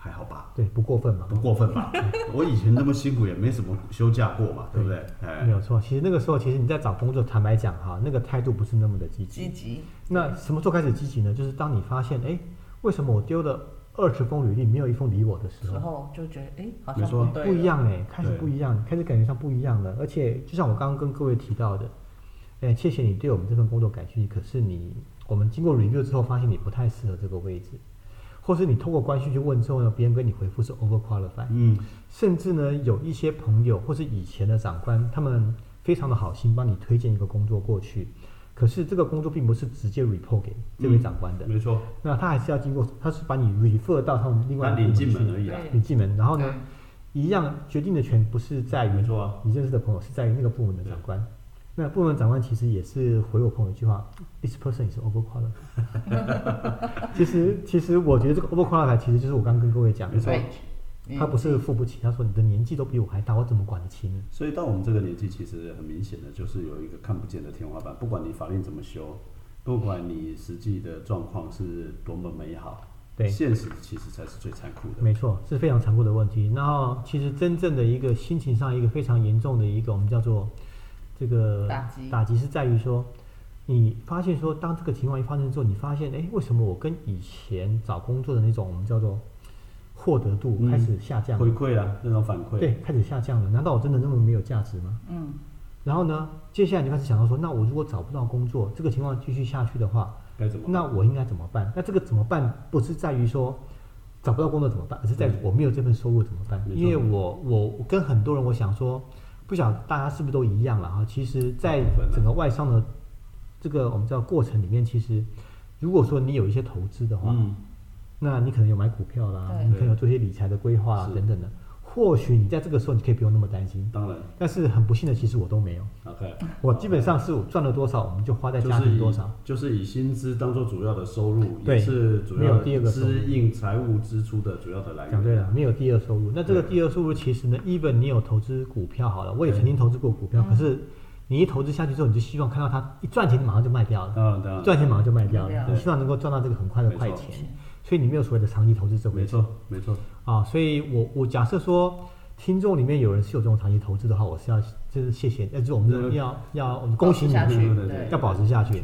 [SPEAKER 2] 还好吧？
[SPEAKER 3] 对，不过分嘛，
[SPEAKER 2] 不过分吧？ 我以前那么辛苦也没什么休假过嘛，对不对？
[SPEAKER 3] 没
[SPEAKER 2] 哎，
[SPEAKER 3] 有错。其实那个时候，其实你在找工作，坦白讲哈，那个态度不是那么的积极
[SPEAKER 1] 积。极，
[SPEAKER 3] 那什么时候开始积极呢？就是当你发现，哎，为什么我丢了二十封履历，没有一封理我的时
[SPEAKER 1] 时
[SPEAKER 3] 候。
[SPEAKER 1] 候就觉得哎，好
[SPEAKER 2] 没
[SPEAKER 1] 像
[SPEAKER 2] 错
[SPEAKER 1] 不对，
[SPEAKER 3] 不一，样哎、开始
[SPEAKER 2] 对
[SPEAKER 3] 不一样，开始感觉上不一样了。而且就像我刚刚跟各位提到的，哎、谢谢你对我们这份工作感兴趣，可是你我们经过 review 之后，发现你不太适合这个位置，或是你通过关系去问之后呢，别人跟你回复是 over qualified，、
[SPEAKER 2] 嗯，
[SPEAKER 3] 甚至呢有一些朋友或是以前的长官，他们非常的好心帮你推荐一个工作过去，可是这个工作并不是直接 report 给这位
[SPEAKER 2] 嗯
[SPEAKER 3] 长官的，
[SPEAKER 2] 没错，
[SPEAKER 3] 那他还是要经过，他是把你 refer 到他们另外
[SPEAKER 2] 那
[SPEAKER 3] 一
[SPEAKER 2] 领
[SPEAKER 3] 个部
[SPEAKER 2] 进
[SPEAKER 3] 门
[SPEAKER 2] 门
[SPEAKER 3] 去
[SPEAKER 2] 而已啦，
[SPEAKER 1] 对
[SPEAKER 3] 领进门，然后呢？
[SPEAKER 1] 对
[SPEAKER 3] 一样决定的权不是在于
[SPEAKER 2] 没错啊，
[SPEAKER 3] 你认识的朋友，是在于那个部门的长官。那部门长官其实也是回我朋友一句话：“This person is overqualified。”其实，其实我觉得这个 overqualified 其实就是我刚刚跟各位讲
[SPEAKER 2] 没错
[SPEAKER 3] 的，
[SPEAKER 1] 对，嗯
[SPEAKER 3] 他不是付不起，他说你的年纪都比我还大，我怎么管得起你？
[SPEAKER 2] 所以到我们这个年纪，其实很明显的就是有一个看不见的天花板，不管你法令怎么修，不管你实际的状况是多么美好，
[SPEAKER 3] 对
[SPEAKER 2] 现实其实才是最残酷的。
[SPEAKER 3] 没错，是非常残酷的问题。然后，其实真正的一个心情上一个非常严重的一个我们叫做这个
[SPEAKER 1] 打击
[SPEAKER 3] 打击是在于说，你发现说，当这个情况一发生之后，你发现，哎，为什么我跟以前找工作的那种我们叫做获得度
[SPEAKER 2] 嗯
[SPEAKER 3] 开始下降了？
[SPEAKER 2] 回馈啊，那种反馈，
[SPEAKER 3] 对，开始下降了。难道我真的那么没有价值吗？
[SPEAKER 1] 嗯，
[SPEAKER 3] 然后呢，接下来你就开始想到说，那我如果找不到工作，这个情况继续下去的话，
[SPEAKER 2] 该怎么办？
[SPEAKER 3] 那我应该怎么办？那这个怎么办，不是在于说找不到工作怎么办，而是在于我没有这份收入怎么办？
[SPEAKER 2] 没错
[SPEAKER 3] 因为我我我跟很多人，我想说，不晓得大家是不是都一样了哈？其实，在
[SPEAKER 2] 大部分啊
[SPEAKER 3] 整个外商的这个我们叫过程里面，其实如果说你有一些投资的话，
[SPEAKER 2] 嗯，
[SPEAKER 3] 那你可能有买股票啦，
[SPEAKER 1] 对
[SPEAKER 3] 你可能有做一些理财的规划啊
[SPEAKER 2] 是
[SPEAKER 3] 等等的，或许你在这个时候你可以不用那么担心。
[SPEAKER 2] 当然
[SPEAKER 3] 但是很不幸的，其实我都没有，
[SPEAKER 2] ，OK，
[SPEAKER 3] 我基本上是我赚了多少，我们就花在
[SPEAKER 2] 就
[SPEAKER 3] 家
[SPEAKER 2] 是
[SPEAKER 3] 庭
[SPEAKER 2] 以
[SPEAKER 3] 多少。
[SPEAKER 2] 就是以薪资当做主要的收入，
[SPEAKER 3] 对
[SPEAKER 2] 也是主
[SPEAKER 3] 没有
[SPEAKER 2] 要
[SPEAKER 3] 第二个收入
[SPEAKER 2] 支应财务支出的主要的来源。
[SPEAKER 3] 讲对了，没有第二收入。那这个
[SPEAKER 2] 对
[SPEAKER 3] 第二收入其实呢，even 你有投资股票好了，我也
[SPEAKER 2] 对嗯
[SPEAKER 3] 曾经投资过股票，可是你一投资下去之后，你就希望看到它一赚钱马上就卖掉了，
[SPEAKER 2] 当然当然，
[SPEAKER 3] 赚钱马上就卖掉
[SPEAKER 1] 对
[SPEAKER 3] 了
[SPEAKER 1] 啊，
[SPEAKER 3] 你希望能够赚到这个很快的
[SPEAKER 2] 没错
[SPEAKER 3] 快
[SPEAKER 1] 嗯
[SPEAKER 3] 钱，所以你没有所谓的长期投资这回
[SPEAKER 2] 没
[SPEAKER 3] 事
[SPEAKER 2] 错没错，
[SPEAKER 3] 啊。所以我我假设说，听众里面有人是有这种长期投资的话，我是要就是谢谢，呃，就是我们真的要要我们恭
[SPEAKER 1] 保持
[SPEAKER 3] 喜你，
[SPEAKER 1] 下去，
[SPEAKER 2] 对对对
[SPEAKER 1] 对，
[SPEAKER 3] 要保持下去。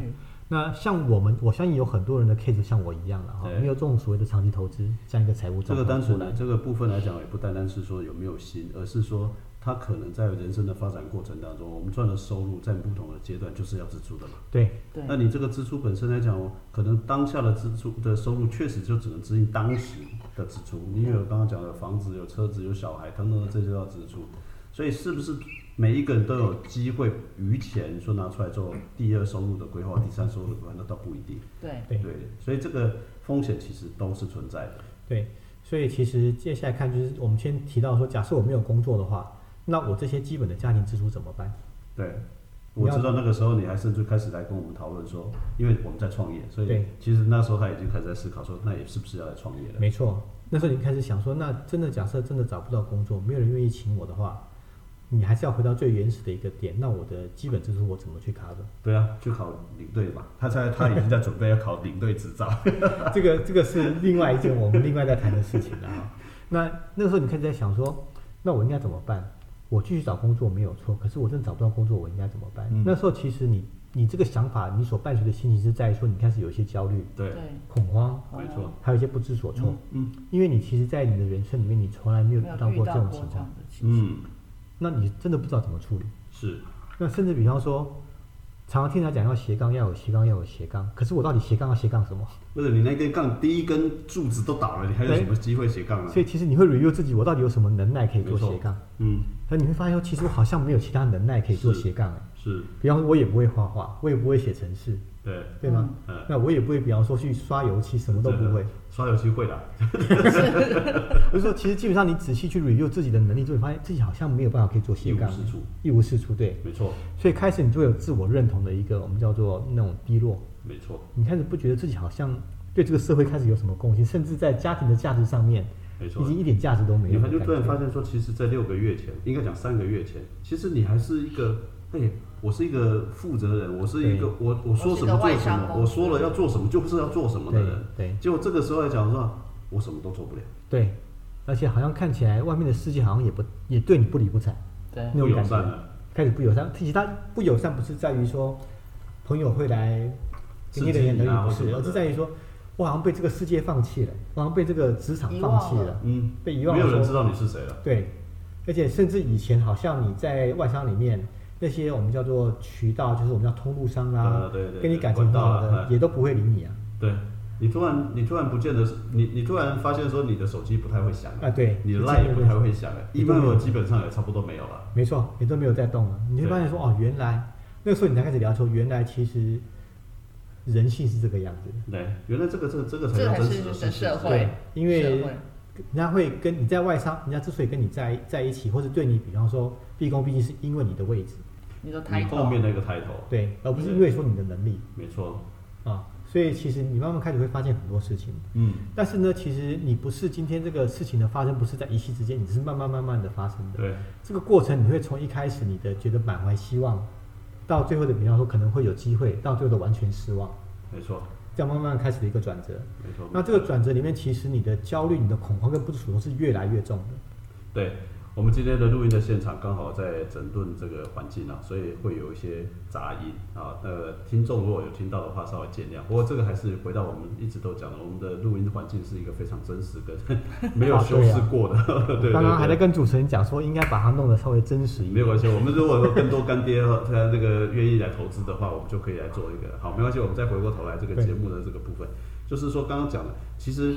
[SPEAKER 3] 那像我们，我相信有很多人的 case 像我一样了哈，
[SPEAKER 2] 对
[SPEAKER 3] 没有这种所谓的长期投资这样一个财务
[SPEAKER 2] 这
[SPEAKER 3] 状
[SPEAKER 2] 个
[SPEAKER 3] 况
[SPEAKER 2] 单
[SPEAKER 3] 出
[SPEAKER 2] 纯
[SPEAKER 3] 来
[SPEAKER 2] 的。这个部分来讲，也不单单是说有没有心，而是说他可能在人生的发展过程当中，我们赚的收入在不同的阶段就是要支出的嘛。
[SPEAKER 3] 对，
[SPEAKER 1] 对
[SPEAKER 2] 那你这个支出本身来讲，哦可能当下的支出的收入确实就只能支应当时的支出。你有刚刚讲的房子、有车子、有小孩等等的，这就要支出。所以是不是每一个人都有机会余钱说拿出来做第二收入的规划、第三收入的规划？那倒不一定。
[SPEAKER 1] 对
[SPEAKER 3] 对
[SPEAKER 2] 所以这个风险其实都是存在的。
[SPEAKER 3] 对，所以其实接下来看就是我们先提到说，假设我没有工作的话，那我这些基本的家庭支出怎么办？
[SPEAKER 2] 对，
[SPEAKER 3] 你
[SPEAKER 2] 我
[SPEAKER 3] 要
[SPEAKER 2] 知道那个时候你还甚至开始来跟我们讨论说，因为我们在创业，所以
[SPEAKER 3] 对
[SPEAKER 2] 其实那时候他已经开始在思考说，那也是不是要来创业了？
[SPEAKER 3] 没错，那时候你开始想说，那真的假设真的找不到工作，没有人愿意请我的话，你还是要回到最原始的一个点，那我的基本支出我怎么去 cover？
[SPEAKER 2] 对啊，去考领队吧。他在他已经在准备要考领队执照。
[SPEAKER 3] 这个这个是另外一件我们另外在谈的事情了哈。那那个时候你开始在想说，那我应该怎么办？我继续找工作没有错，可是我真的找不到工作，我应该怎么办？
[SPEAKER 2] 嗯
[SPEAKER 3] 那时候其实你你这个想法，你所伴随的心情是在于说，你开始有一些焦虑、
[SPEAKER 2] 对，
[SPEAKER 3] 恐慌，
[SPEAKER 2] 没错。
[SPEAKER 3] 还有一些不知所措，
[SPEAKER 2] 嗯
[SPEAKER 3] 因为你其实，在你的人生里面，你从来没有遇
[SPEAKER 1] 没有
[SPEAKER 3] 到
[SPEAKER 1] 遇
[SPEAKER 3] 过这
[SPEAKER 1] 到
[SPEAKER 3] 种
[SPEAKER 1] 过
[SPEAKER 3] 情
[SPEAKER 1] 这样
[SPEAKER 3] 况，
[SPEAKER 1] 的情况，
[SPEAKER 2] 嗯，
[SPEAKER 3] 那你真的不知道怎么处理。
[SPEAKER 2] 是
[SPEAKER 3] 那甚至比方说，常常听人家讲要斜杠，要有斜杠，要有斜杠，可是我到底斜杠要斜杠什么？
[SPEAKER 2] 或者你那根杠第一根柱子都倒了，你还有什么机会斜杠啊？
[SPEAKER 3] 所以其实你会 review 自己，我到底有什么能耐可以做
[SPEAKER 2] 没错
[SPEAKER 3] 斜杠？
[SPEAKER 2] 嗯，
[SPEAKER 3] 那你会发现说，其实我好像没有其他能耐可以做
[SPEAKER 2] 是
[SPEAKER 3] 斜杠、欸。
[SPEAKER 2] 是，
[SPEAKER 3] 比方说，我也不会画画，我也不会写程式，
[SPEAKER 2] 对，
[SPEAKER 3] 对吗？
[SPEAKER 2] 嗯，啊
[SPEAKER 3] 那我也不会，比方说去刷油漆，什么都不会。。
[SPEAKER 2] 呃刷游戏会啦，
[SPEAKER 3] 我就说，其实基本上你仔细去 review 自己的能力之后，你发现自己好像没有办法可以做
[SPEAKER 2] 一
[SPEAKER 3] 斜
[SPEAKER 2] 无
[SPEAKER 3] 杠，
[SPEAKER 2] 是处，
[SPEAKER 3] 一无是处。对，
[SPEAKER 2] 没错，
[SPEAKER 3] 所以开始你就会有自我认同的一个我们叫做那种低落，
[SPEAKER 2] 没错，
[SPEAKER 3] 你开始不觉得自己好像对这个社会开始有什么贡献，甚至在家庭的价值上面
[SPEAKER 2] 没错
[SPEAKER 3] 已。经一点价值都没
[SPEAKER 2] 你
[SPEAKER 3] 有的
[SPEAKER 2] 还就
[SPEAKER 3] 感觉。
[SPEAKER 2] 突然发现说，其实，在六个月前，应该讲三个月前，其实你还是一个，哎、我是一个负责人，我是一个，我我说什
[SPEAKER 1] 我是一个
[SPEAKER 2] 么做
[SPEAKER 1] 外
[SPEAKER 2] 什
[SPEAKER 1] 商
[SPEAKER 2] 么，
[SPEAKER 1] 公司
[SPEAKER 2] 我说了要做什么就是要做什么的人。
[SPEAKER 3] 对对
[SPEAKER 2] 结果这个时候来讲说，我什么都做不了，
[SPEAKER 3] 对，而且好像看起来外面的世界好像也不也对你不理不睬，
[SPEAKER 1] 对
[SPEAKER 3] 那
[SPEAKER 2] 不
[SPEAKER 3] 种
[SPEAKER 2] 友
[SPEAKER 3] 感
[SPEAKER 2] 善
[SPEAKER 3] 觉
[SPEAKER 2] 了。
[SPEAKER 3] 开始不友善。其实他不友善不是在于说朋友会来
[SPEAKER 2] 刺
[SPEAKER 3] 给
[SPEAKER 2] 激
[SPEAKER 3] 你的言冷
[SPEAKER 2] 你啊
[SPEAKER 3] 语，不
[SPEAKER 2] 或什么
[SPEAKER 3] 是，
[SPEAKER 2] 的
[SPEAKER 3] 而是在于说我好像被这个世界放弃了，我好像被这个职场
[SPEAKER 1] 遗
[SPEAKER 3] 放
[SPEAKER 1] 忘
[SPEAKER 3] 弃
[SPEAKER 1] 了
[SPEAKER 3] 了。
[SPEAKER 2] 嗯，
[SPEAKER 3] 被遗忘
[SPEAKER 2] 没有
[SPEAKER 3] 了
[SPEAKER 2] 人
[SPEAKER 3] 说
[SPEAKER 2] 知道你是谁了。
[SPEAKER 3] 对，而且甚至以前好像你在外商里面那些我们叫做渠道，就是我们叫通路商啦、啊
[SPEAKER 2] 对对对
[SPEAKER 3] 跟你感情很好
[SPEAKER 2] 管道啦
[SPEAKER 3] 的
[SPEAKER 2] 哎
[SPEAKER 3] 也都不会理你啊。
[SPEAKER 2] 对，你突然你突然不见得，你你突然发现说你的手机不太会响了
[SPEAKER 3] 啊对
[SPEAKER 2] 你的
[SPEAKER 3] 你
[SPEAKER 2] line
[SPEAKER 3] 这
[SPEAKER 2] 也
[SPEAKER 3] 个
[SPEAKER 2] 不太会响了
[SPEAKER 3] 你
[SPEAKER 2] 一
[SPEAKER 3] 都
[SPEAKER 2] 般
[SPEAKER 3] 没有
[SPEAKER 2] 我基本上也差不多没有了。
[SPEAKER 3] 没错，你都没有在动了，你会
[SPEAKER 2] 对
[SPEAKER 3] 发现说哦，原来那个时候你才开始聊说，原来其实人性是这个样子的。
[SPEAKER 2] 对，原来这个这个这个才
[SPEAKER 1] 这
[SPEAKER 2] 叫
[SPEAKER 1] 才
[SPEAKER 2] 真实
[SPEAKER 1] 是
[SPEAKER 2] 的
[SPEAKER 1] 的
[SPEAKER 2] 事情
[SPEAKER 1] 社会，
[SPEAKER 3] 对因为
[SPEAKER 1] 社会
[SPEAKER 3] 人家会跟你在外商，人家之所以跟你在在一起，或者对你，比方说毕恭毕敬，是因为你的位置，
[SPEAKER 1] 你说抬
[SPEAKER 2] 你
[SPEAKER 1] 头
[SPEAKER 2] 后面那个抬头，
[SPEAKER 3] 对，而不是因为说你的能力
[SPEAKER 2] 没错。
[SPEAKER 1] 嗯
[SPEAKER 3] 啊。所以其实你慢慢开始会发现很多事情。
[SPEAKER 2] 嗯，
[SPEAKER 3] 但是呢，其实你不是今天这个事情的发生，不是在一夕之间，你是慢慢慢慢的发生的。
[SPEAKER 2] 对，
[SPEAKER 3] 这个过程，你会从一开始你的觉得满怀希望，到最后的比方说可能会有机会，到最后的完全失望，
[SPEAKER 2] 没错，
[SPEAKER 3] 这样慢慢开始的一个转折。
[SPEAKER 2] 没错。
[SPEAKER 3] 那这个转折里面，其实你的焦虑、你的恐慌跟不知所措是越来越重的。
[SPEAKER 2] 对，我们今天的录音的现场刚好在整顿这个环境啊，所以会有一些杂音啊。呃，听众如果有听到的话，稍微见谅。不过这个还是回到我们一直都讲的，我们的录音环境是一个非常真实跟 没有修饰过的。 对对对。
[SPEAKER 3] 啊刚刚还在跟主持人讲说，应该把它弄得稍微真实一
[SPEAKER 2] 嗯没
[SPEAKER 3] 点
[SPEAKER 2] 有。关系，我们如果有更多干爹和他那个愿意来投资的话，我们就可以来做一个好，没关系，我们再回过头来这个
[SPEAKER 3] 对
[SPEAKER 2] 节目的这个部分，就是说刚刚讲的，其实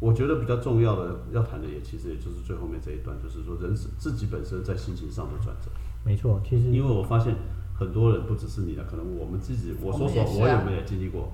[SPEAKER 2] 我觉得比较重要的要谈的也其实也就是最后面这一段，就是说人是自己本身在心情上的转折，
[SPEAKER 3] 没错，其实
[SPEAKER 2] 因为我发现很多人不只是你啊的，可能我们自己，我说说，
[SPEAKER 1] 我们也是
[SPEAKER 2] 我
[SPEAKER 1] 啊
[SPEAKER 2] 有没有经历过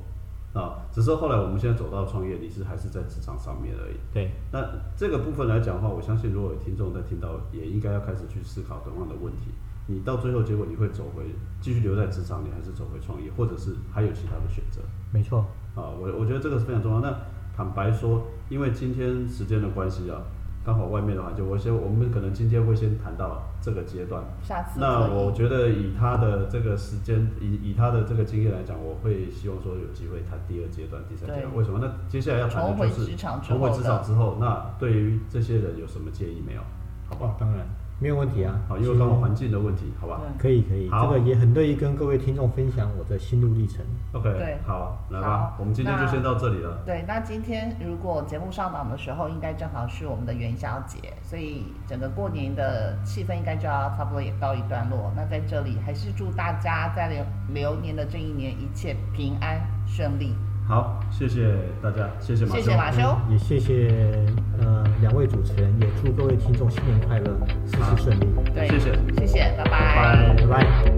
[SPEAKER 2] 啊？只是后来我们现在走到创业，你是还是在职场上面而已。
[SPEAKER 3] 对
[SPEAKER 2] 那这个部分来讲的话，我相信如果有听众在听到，也应该要开始去思考同样的问题。你到最后结果你会走回继续留在职场，你还是走回创业，或者是还有其他的选择
[SPEAKER 3] 没错，
[SPEAKER 2] 啊？我我觉得这个是非常重要。那坦白说，因为今天时间的关系啊，刚好外面的环境，我先我们可能今天会先谈到这个阶段，
[SPEAKER 1] 下次可
[SPEAKER 2] 那
[SPEAKER 1] 以
[SPEAKER 2] 我觉得以他的这个时间，以以他的这个经验来讲，我会希望说有机会谈第二阶段、第三阶段。
[SPEAKER 1] 对
[SPEAKER 2] 为什么？那接下来要谈的就是
[SPEAKER 1] 重回职场之
[SPEAKER 2] 重
[SPEAKER 1] 后的
[SPEAKER 2] 回职场之后，那对于这些人有什么建议没有？好不
[SPEAKER 3] 哦
[SPEAKER 2] 好？，
[SPEAKER 3] 当然没有问题啊。
[SPEAKER 2] 好，因为刚好环境的问题，好吧
[SPEAKER 3] 可以可以，
[SPEAKER 2] 好
[SPEAKER 3] 这个也很乐意跟各位听众分享我的心路历程。
[SPEAKER 2] ？OK，
[SPEAKER 1] 对
[SPEAKER 2] 好，来吧
[SPEAKER 1] 好，
[SPEAKER 2] 我们今天就
[SPEAKER 1] 那
[SPEAKER 2] 先到这里了。
[SPEAKER 1] 对，那今天如果节目上档的时候，应该正好是我们的元宵节，所以整个过年的气氛应该就要差不多也告一段落。那在这里还是祝大家在流流年的这一年一切平安顺利，
[SPEAKER 2] 好，谢谢大家，谢谢马
[SPEAKER 1] 谢
[SPEAKER 2] 修。嗯
[SPEAKER 1] 谢马修，
[SPEAKER 3] 嗯也谢谢呃两位主持人，也祝各位听众新年快乐，事事顺利，
[SPEAKER 1] 对，
[SPEAKER 2] 谢谢
[SPEAKER 1] 谢谢，
[SPEAKER 2] 拜
[SPEAKER 3] 拜拜。